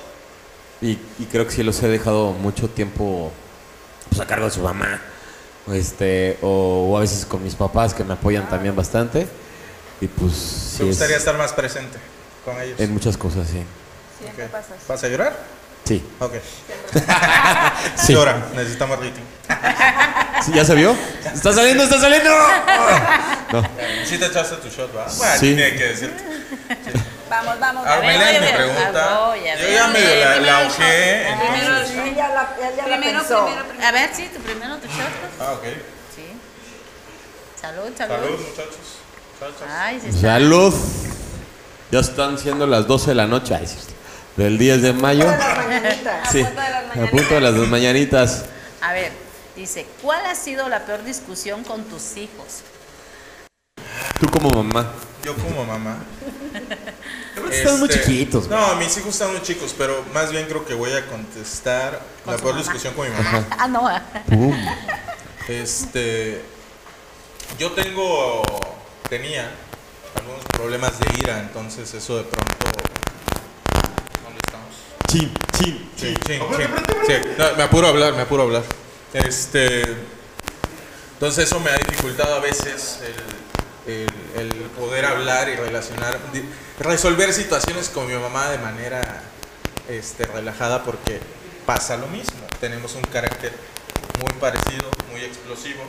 A: y, y creo que sí los he dejado mucho tiempo pues, a cargo de su mamá. Este, o, o a veces con mis papás que me apoyan también bastante. Y pues sí
B: Me
A: es
B: gustaría estar más presente con ellos.
A: en muchas cosas, sí.
B: Ok. ¿Vas a llorar?
A: Sí.
B: Ok.
A: Sí.
B: Llora, necesitamos rating.
A: Sí, ¿Ya se vio? ¡Está saliendo, está saliendo!
B: Sí te echaste tu shot, ¿va? Bueno,
A: Sí.
B: tiene que decirte.
C: vamos, vamos.
B: Ah,
C: a ver,
B: Belén
E: oye,
B: me
E: pero-
B: pregunta.
E: Ah, voy, a
B: Yo
E: ver.
B: ya medio la, la
C: Primero,
B: ojeé,
C: ah,
B: entonces-
C: Primero,
F: Sí, ella la, ella la
C: primero,
F: pensó.
C: primero, primero.
E: A ver, sí, tu primero tu shot. pues.
B: Ah, ok.
E: Sí. Salud, salud. Ah,
B: Salud, muchachos. Muchachos.
E: Ay, sí. está.
A: Salud. Ya están siendo las 12 de la noche ay, sí, del 10 de mayo.
F: Todas las mañanitas.
A: Sí,
C: punto de las
A: a punto de las dos mañanitas.
E: A ver, dice, ¿cuál ha sido la peor discusión con tus hijos?
A: Tú como mamá.
B: Yo como mamá.
A: Están muy
B: Este,
A: chiquitos. güey.
B: No, mis hijos están muy chicos, pero más bien creo que voy a contestar
E: Con
B: la
E: su
B: peor
E: mamá.
B: discusión con mi mamá.
E: Ah, no. ah.
A: Pum.
B: Este, yo tengo, tenía algunos problemas de ira, entonces eso de pronto. ¿Dónde estamos?
A: Chin, chin.
B: Sí, sí, sí. Sí, no, me apuro a hablar, me apuro a hablar. Este, entonces eso me ha dificultado a veces el, el- el poder hablar y relacionar, di- resolver situaciones con mi mamá de manera este, relajada porque pasa lo mismo. Tenemos un carácter muy parecido, muy explosivo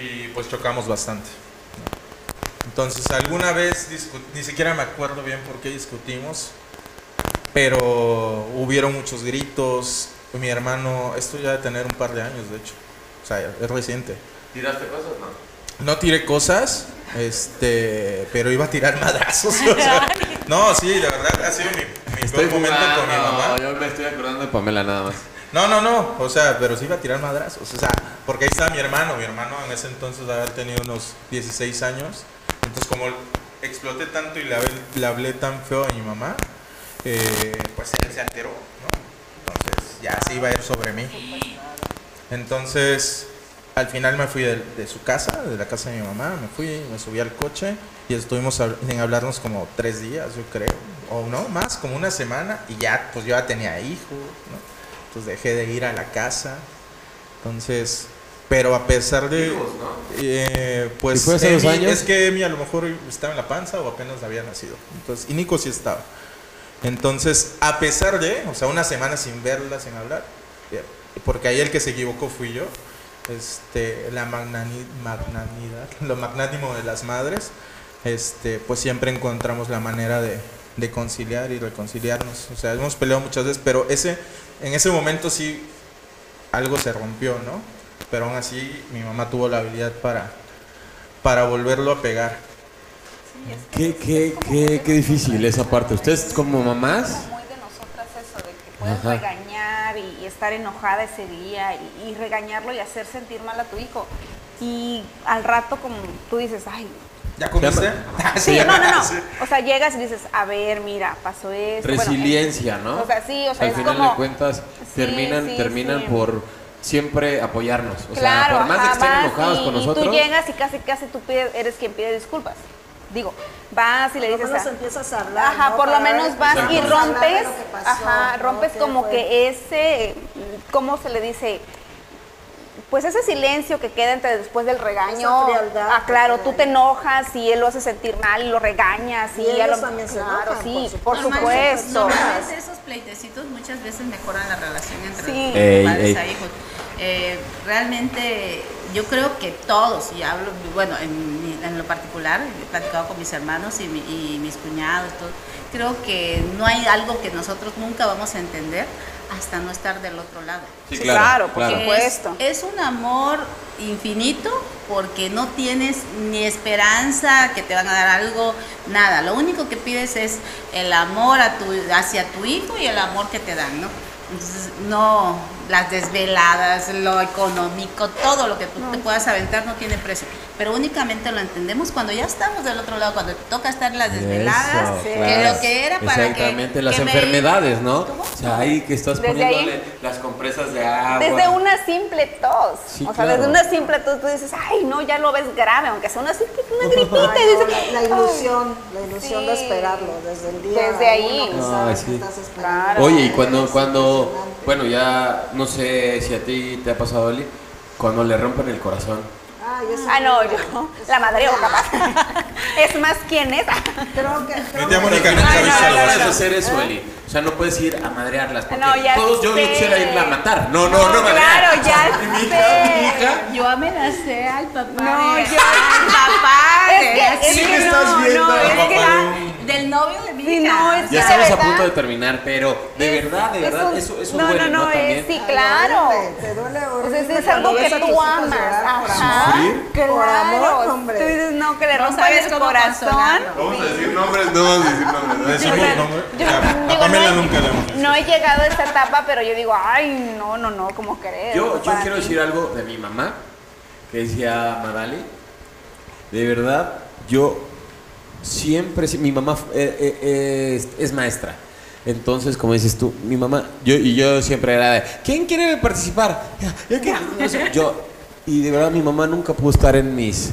B: y pues chocamos bastante. ¿no? Entonces alguna vez, discu- ni siquiera me acuerdo bien por qué discutimos, pero hubieron muchos gritos. Mi hermano, esto ya de tener un par de años, de hecho. O sea, es reciente.
H: ¿Tiraste cosas? No.
B: No tiré cosas, este, pero iba a tirar madrazos. o sea. no, sí, de verdad, ha sido mi, mi peor momento con mi mamá.
A: Yo me estoy acordando de Pamela nada más.
C: Este,
B: No, no, no, o sea, pero sí iba a tirar madrazos. O sea, porque ahí está mi hermano. Mi hermano en ese entonces de haber tenido unos 16 años. Entonces, como exploté tanto y le hablé, le hablé tan feo a mi mamá, eh, pues él se alteró, ¿no? Entonces, ya se iba a ir sobre mí. Entonces, al final me fui de, de su casa, de la casa de mi mamá, me fui, me subí al coche y estuvimos hab- en hablarnos como tres días, yo creo, o no, más, como una semana, y ya, pues yo ya tenía hijos, ¿no? Entonces pues dejé de ir a la casa. Entonces, pero a pesar de... eh, pues
A: ¿Y fue hace
B: Emi-
A: dos años?
B: es que Emi a lo mejor estaba en la panza o apenas había nacido. Entonces, y Nico sí estaba. Entonces, a pesar de, o sea, una semana sin verla, sin hablar, eh, porque ahí el que se equivocó fui yo, este, la magnani- magnanimidad, lo magnánimo de las madres, este, pues siempre encontramos la manera de, de conciliar y reconciliarnos. O sea, hemos peleado muchas veces, pero ese, en ese momento sí algo se rompió, ¿no? Pero aún así mi mamá tuvo la habilidad para, para volverlo a pegar.
A: Qué, qué, qué, qué difícil esa parte. ¿Ustedes como mamás?
C: muy de nosotras eso de que puedes
A: Ajá.
C: regañar y y, y estar enojada ese día y, y regañarlo y hacer sentir mal a tu hijo. Y al rato, como tú dices, ay,
B: ¿Ya comiste?
A: Ah,
C: Sí, no, no, no. O sea, llegas y dices, a ver, mira, pasó esto. Bueno, eh,
A: Resiliencia, ¿no?
C: O sea, sí, o sea,
A: Al
C: es
A: final
C: como-
A: de cuentas,
C: Sí,
A: terminan,
C: sí,
A: terminan
C: sí.
A: por siempre apoyarnos. O sea,
C: claro,
A: por más de que estén
C: jamás,
A: enojados
C: y,
A: con
C: y
A: nosotros.
C: tú llegas y casi, casi tú pide- eres quien pide disculpas. Digo, vas y le
F: Por
C: dices...
F: lo menos
C: a-
F: empiezas a hablar.
C: Ajá,
F: ¿no?
C: por lo
F: Para
C: menos
F: ver,
C: vas
F: empezamos
C: y
F: a hablar de
C: rompes,
F: lo que pasó,
C: ajá,
F: ¿no?
C: rompes
F: ¿Qué
C: como
F: fue?
C: que ese, ¿cómo se le dice? Pues ese silencio que queda entre después del regaño.
F: Esa frialdad
C: ah, claro,
F: que
C: tú
F: queda
C: te
F: ahí.
C: enojas y él lo hace sentir mal y lo regañas.
F: Y
C: Y, a
F: ellos
C: lo-
F: también se
C: Claro,
F: enojan,
C: sí,
F: por
C: por
E: Normalmente-
C: supuesto.
E: Normalmente esos pleitecitos muchas veces mejoran la relación entre
C: Sí.
E: los
I: Ey,
E: padres
I: ey.
E: a hijos. Eh, realmente yo creo que todos, y hablo, bueno, en, mi- en lo particular, he platicado con mis hermanos y, mi- y mis cuñados, todo, creo que no hay algo que nosotros nunca vamos a entender hasta no estar del otro lado.
C: Sí, claro, por
E: Porque
C: supuesto.
E: Es, es un amor infinito porque no tienes ni esperanza que te van a dar algo, nada. Lo único que pides es el amor a tu, hacia tu hijo y el amor que te dan, ¿no? Entonces, no las desveladas, lo económico, todo lo que tú te puedas aventar no tiene precio. Pero únicamente lo entendemos cuando ya estamos del otro lado, cuando te toca estar las desveladas,
A: Eso,
E: que
A: claro.
E: lo que era para que-
A: Exactamente, las
E: que me-
A: enfermedades, ¿no?
E: ¿Cómo?
A: O sea, ahí que estás
C: Desde ahí.
A: poniéndole las compresas de agua.
C: Desde una simple tos.
A: Sí,
C: o sea,
A: claro.
C: desde una simple tos tú dices, ay, no, ya lo ves grave, aunque sea una, simple- una gripita. y
F: Ay, no,
C: dices,
F: la, la
C: "Ay".
F: ilusión, la ilusión de
C: Sí.
F: esperarlo desde el día.
C: Desde ahí.
F: uno que
A: No,
F: sabes
A: sí.
F: que estás esperando.
C: Claro.
A: Oye, y
F: Es
A: cuando, cuando,
F: impresionante.
A: bueno, ya no sé si a ti te ha pasado, Oli, cuando le rompen el corazón.
F: Ay, eso
C: Ah,
F: es
C: no,
F: muy-
C: yo la madreo capaz. es más, ¿quién es?
F: Creo que. creo
B: Metí a
F: que-
B: Mónica en
A: No,
B: el
C: Ay, no,
B: cabezal.
C: no,
A: puedes
C: no.
A: hacer eso, Eli. O sea, no puedes ir a madrearlas. Porque
C: No, ya
A: todos yo, yo
C: sé.
A: quisiera irla a matar. No, no, no, madrear.
C: Claro, ya
A: Mi hija, mi
C: sé.
A: hija.
E: Yo amenacé al papá.
C: No,
E: de-
C: yo-
E: al papá.
C: Es
F: ¿eh?
E: de-
C: que- es
E: así
C: que
E: que
C: no,
E: no,
C: no, es que la-
E: del novio de mi
C: Sí,
E: hija.
C: no, es
A: Ya
C: que
A: estamos
C: de
A: a punto de
C: verdad
A: terminar, pero de
C: es-
A: verdad, de
C: es
A: verdad,
C: un-
A: eso, eso
C: no,
A: duele,
C: no, no,
A: También.
C: es, sí,
F: Ay,
C: claro.
F: horrible, Te duele horrible
C: Entonces es
F: cuando
C: algo que
F: ves a tus
C: tú
F: hijos
C: amas.
F: llorar por
C: Ajá.
F: amor.
C: Claro.
F: Por amor, hombre.
C: Tú dices, no, que le
E: No
C: rompa
E: sabes
C: el
E: cómo
C: corazón.
E: consolarlo.
D: Vamos a decir nombres, no vamos a decir nombres.
B: Decimos
C: O sea,
B: nombre.
C: yo-
B: A- a
C: digo,
B: Pamela
C: no he-
B: nunca le hemos dicho.
C: No he llegado a esta etapa, pero yo digo, ay, no, no, no, como querer.
A: Yo,
C: no,
A: yo
C: para
A: quiero
C: mí.
A: decir algo de mi mamá, que decía Madali. De verdad, yo siempre, si- mi mamá eh, eh, eh, es, es maestra. Entonces, como dices tú, mi mamá, yo y yo siempre era de, ¿quién quiere participar? Ya, ya que-". No sé, yo, y de verdad mi mamá nunca pudo estar en mis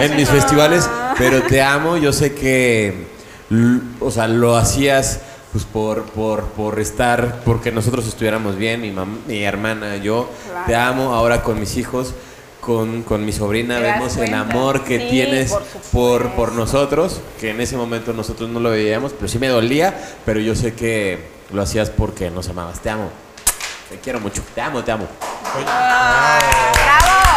A: en mis festivales, pero te amo, yo sé que l- o sea, lo hacías pues por, por, por estar, porque nosotros estuviéramos bien, mi, mam- mi hermana, yo
C: Claro.
A: te amo ahora con mis hijos, con, con mi sobrina,
C: Te das
A: vemos el
C: cuenta.
A: amor que
C: Sí,
A: tienes
C: por
A: por,
C: supuesto.
A: por nosotros, que en ese momento nosotros no lo veíamos, pero sí me dolía, pero yo sé que lo hacías porque nos amabas, te amo, te quiero mucho, te amo, te amo. Ah.
C: ¡Bravo!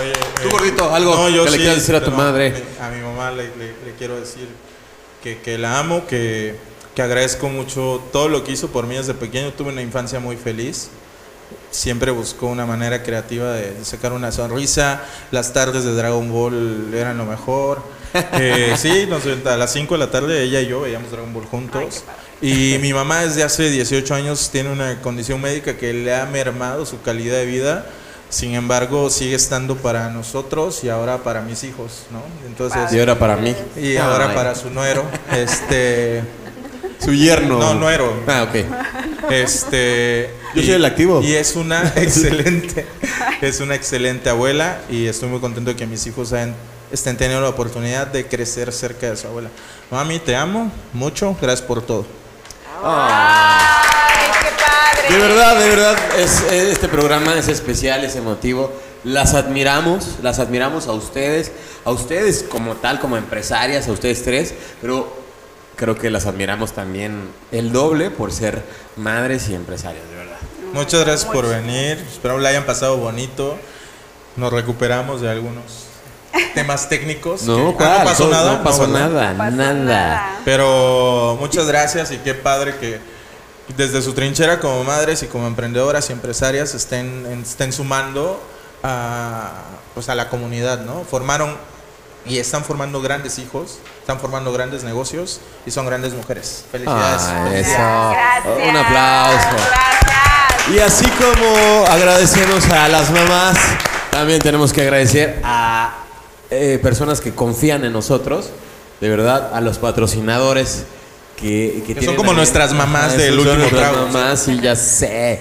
B: Oye,
A: Tú,
B: eh,
A: gordito, algo que le quieras decir a tu
B: pero
A: madre.
B: A mi mamá le, le- le quiero decir que, que la amo, que, que agradezco mucho todo lo que hizo por mí desde pequeño. Tuve una infancia muy feliz. Siempre buscó una manera creativa de, de sacar una sonrisa. Las tardes de Dragon Ball eran lo mejor. Eh, sí, nos, a las 5 de la tarde ella y yo veíamos Dragon Ball juntos. Y mi mamá desde hace 18 años tiene una condición médica que le ha mermado su calidad de vida. Sin embargo, sigue estando para nosotros y ahora para mis hijos, ¿no? Entonces,
A: Y ahora para mí.
B: y ahora
A: Ay.
B: para su nuero, este,
A: Su
D: Oh.
A: yerno.
B: No, nuero.
A: Ah, ok.
B: este,
I: Yo
B: y-
I: soy el activo.
B: Y es una excelente, es una excelente abuela y estoy muy contento de que mis hijos hayan- estén teniendo la oportunidad de crecer cerca de su abuela. Mami, te amo mucho, gracias por todo.
C: ¡Ay, qué padre!
A: De verdad, de verdad, es- es- este programa es especial, es emotivo. Las admiramos, las admiramos a ustedes, a ustedes como tal, como empresarias, a ustedes tres, pero creo que las admiramos también el doble por ser madres y empresarias, de verdad.
B: Muchas gracias por venir. Espero la hayan pasado bonito. Nos recuperamos de algunos temas técnicos. que-
A: No,
B: ah,
A: ¿cuál?
B: no pasó
A: Todo-
B: nada.
A: No pasó
B: ¿verdad?
A: nada,
C: No pasó
A: nada.
C: nada.
B: Pero muchas gracias y qué padre que desde su trinchera como madres y como emprendedoras y empresarias estén, estén sumando a, pues a la comunidad, ¿no? Formaron y están formando grandes hijos, están formando grandes negocios y son grandes mujeres. Felicidades.
A: Ah, eso.
C: Gracias.
A: Un aplauso.
C: Gracias.
J: Y así como agradecemos a las mamás,
A: También tenemos que agradecer a eh, personas que confían en nosotros, de verdad, a los patrocinadores que, que tienen
B: como
A: a bien-
B: nuestras mamás
A: Ajá,
B: del
A: son
B: último
A: nuestras
B: trago.
A: mamás y ya sé.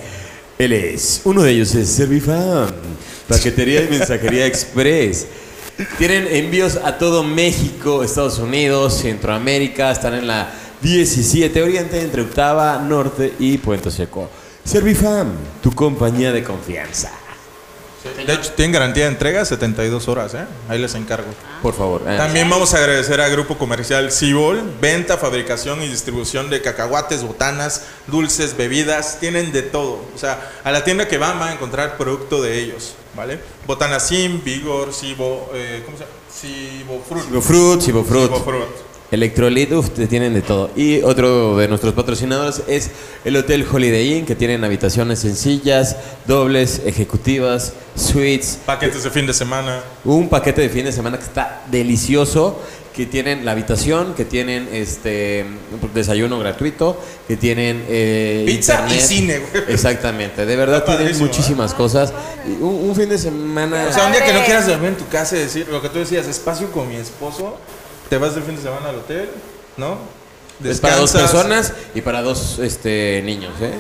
J: él es. Uno de ellos es Servifam,
A: Paquetería y Mensajería Express. Tienen envíos a todo México, Estados Unidos, Centroamérica, están en la 17 Oriente, entre Octava, Norte y Puente Seco.
J: Servifam,
A: Tu compañía de confianza.
B: De hecho, tienen garantía de entrega 72 horas, ¿eh? Ahí les encargo.
A: Por favor. eh.
B: También vamos a agradecer a Grupo Comercial Cibol, venta, fabricación y distribución de cacahuates, botanas, dulces, bebidas, tienen de todo. O sea, a la tienda que van van a encontrar producto de ellos, ¿vale? Botanasim, Vigor, Cibo, eh, ¿cómo se llama? Cibofruit.
A: Cibofruit, Cibofruit.
B: Cibofruit.
A: Electrolit, uf, te tienen de todo. Y otro de nuestros patrocinadores es el Hotel Holiday Inn, que tienen habitaciones sencillas, dobles, ejecutivas, suites,
B: Paquetes de fin de semana.
A: un paquete de fin de semana que está delicioso, que tienen la habitación, que tienen este desayuno gratuito, que tienen eh,
B: Pizza y cine, güey.
A: Exactamente, de verdad
B: Está
A: tienen
B: padrísimo, ¿eh?
A: muchísimas cosas. Y Un, un fin de semana.
B: O sea, un día que no quieras dormir en tu casa y decir lo que tú decías, espacio con mi esposo, te vas el fin de semana al hotel, ¿no?
A: Es para dos
B: Descansas.
A: personas y para dos este, niños, ¿eh?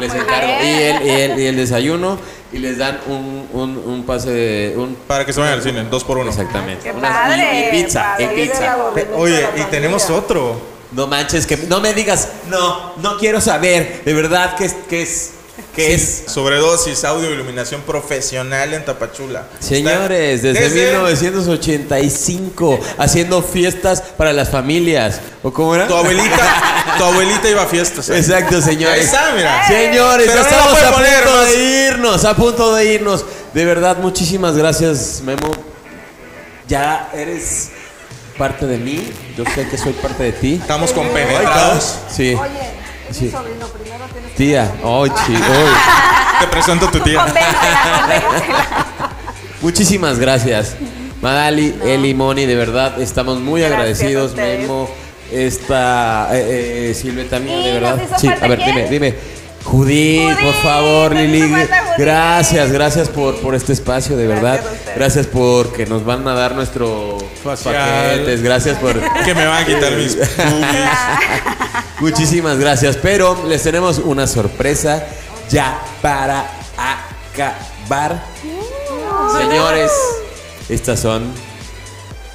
A: les
C: muy
A: encargo.
C: bien.
A: Y el, y el- y el desayuno y les dan un, un, un pase de... Un,
B: Para que se vayan al cine, dos por uno.
A: exactamente.
C: Qué
A: Unas-
C: padre,
A: y, y pizza, y
C: padre.
A: pizza.
B: Pe- Oye, y tenemos otro.
A: No manches, que no me digas, no, no quiero saber. De verdad que es... Que es, que es.
B: Sobredosis, audio, iluminación profesional en Tapachula.
A: Señores,
B: Está-
A: desde 1985, haciendo fiestas para las familias. ¿O cómo era?
B: Tu abuelita, tu abuelita iba a fiestas. ¿eh?
A: Exacto, señores.
B: Ahí está, mira.
A: Señores,
B: Pero
A: ya
B: no la
A: estamos
B: puede
A: a
B: poner,
A: punto
B: más.
A: de irnos, a punto de irnos. De verdad, muchísimas gracias, Memo. Ya eres parte de mí. Yo sé que soy parte de ti.
B: Estamos con penetrados.
A: Sí,
K: Oye, es
A: Sí.
K: mi sobrino, primero tienes que...
A: tía. Ay, sí, ay.
B: Te presento a tu tía.
C: Convéncela, convéncela.
A: Muchísimas gracias. Madali, Eli, Moni, de verdad, estamos muy
C: Gracias a
A: agradecidos,
C: ustedes.
A: Memo. Esta eh, eh, Silvia también,
C: ¿Y
A: de
C: nos
A: verdad.
C: hizo
A: Sí, a
C: falta
A: ver,
C: quién?
A: dime, dime. Judith, por
C: Judith,
A: favor,
C: nos hizo
A: Lili.
C: falta Judith.
A: Gracias, gracias por, por este espacio, de
C: Gracias
A: verdad.
C: a ustedes.
A: Gracias porque nos van a dar nuestros
B: Facial.
A: paquetes. Gracias por.
B: Que me van a quitar mis boobies.
A: Muchísimas gracias. Pero les tenemos una sorpresa ya para acabar. Señores, estas son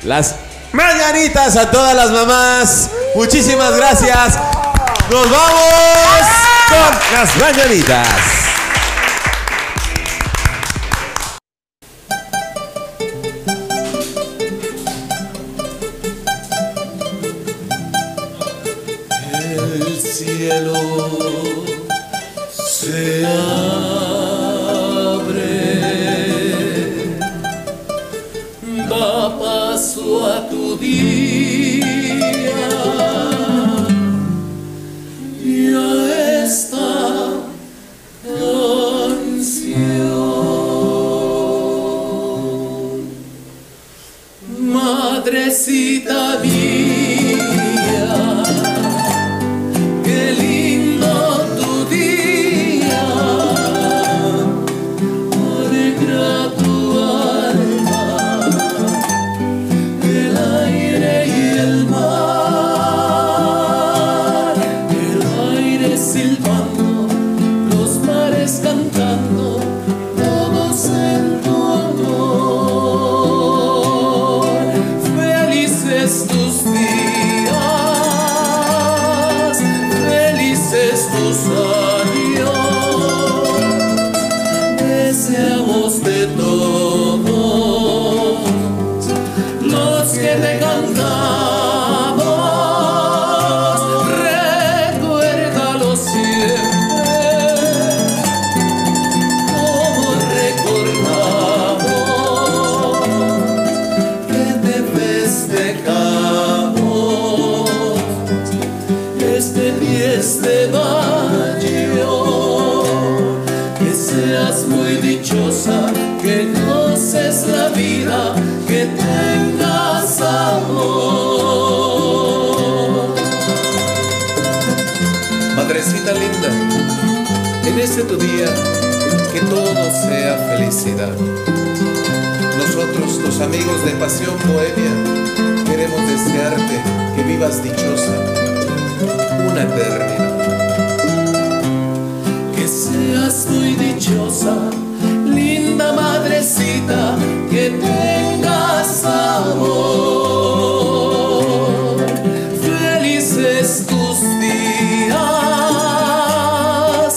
A: las mañanitas a todas las mamás. Muchísimas gracias. Nos vamos con las mañanitas.
G: el cielo se abre, da paso a tu día, ya está canción, madrecita mía. Qué lindo tu día, alegra tu alma, el aire y el mar, el aire silbando, los mares cantando, todos en tu amor, felices tus días. Este mereces la vida que tengas amor. Madrecita linda, en este tu día, que todo sea felicidad. Nosotros, los amigos de Pasión Bohemia, queremos desearte que vivas dichosa una eternidad. Que seas muy dichosa, linda madrecita, que tengas amor. Felices tus días,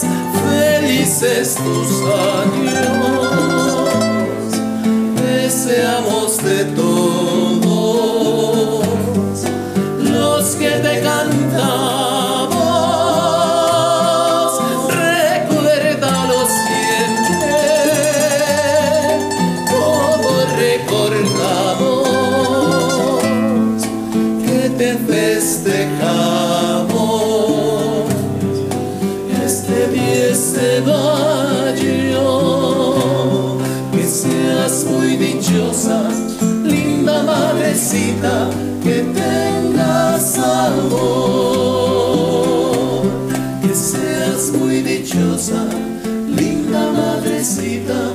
G: felices tus años deseamos de todos los que te cantamos. Recuérdalo siempre, como recordamos que te festejamos este 10 de mayo. Que seas muy dichosa, linda madrecita, que tengas amor. Que seas muy dichosa, linda madrecita,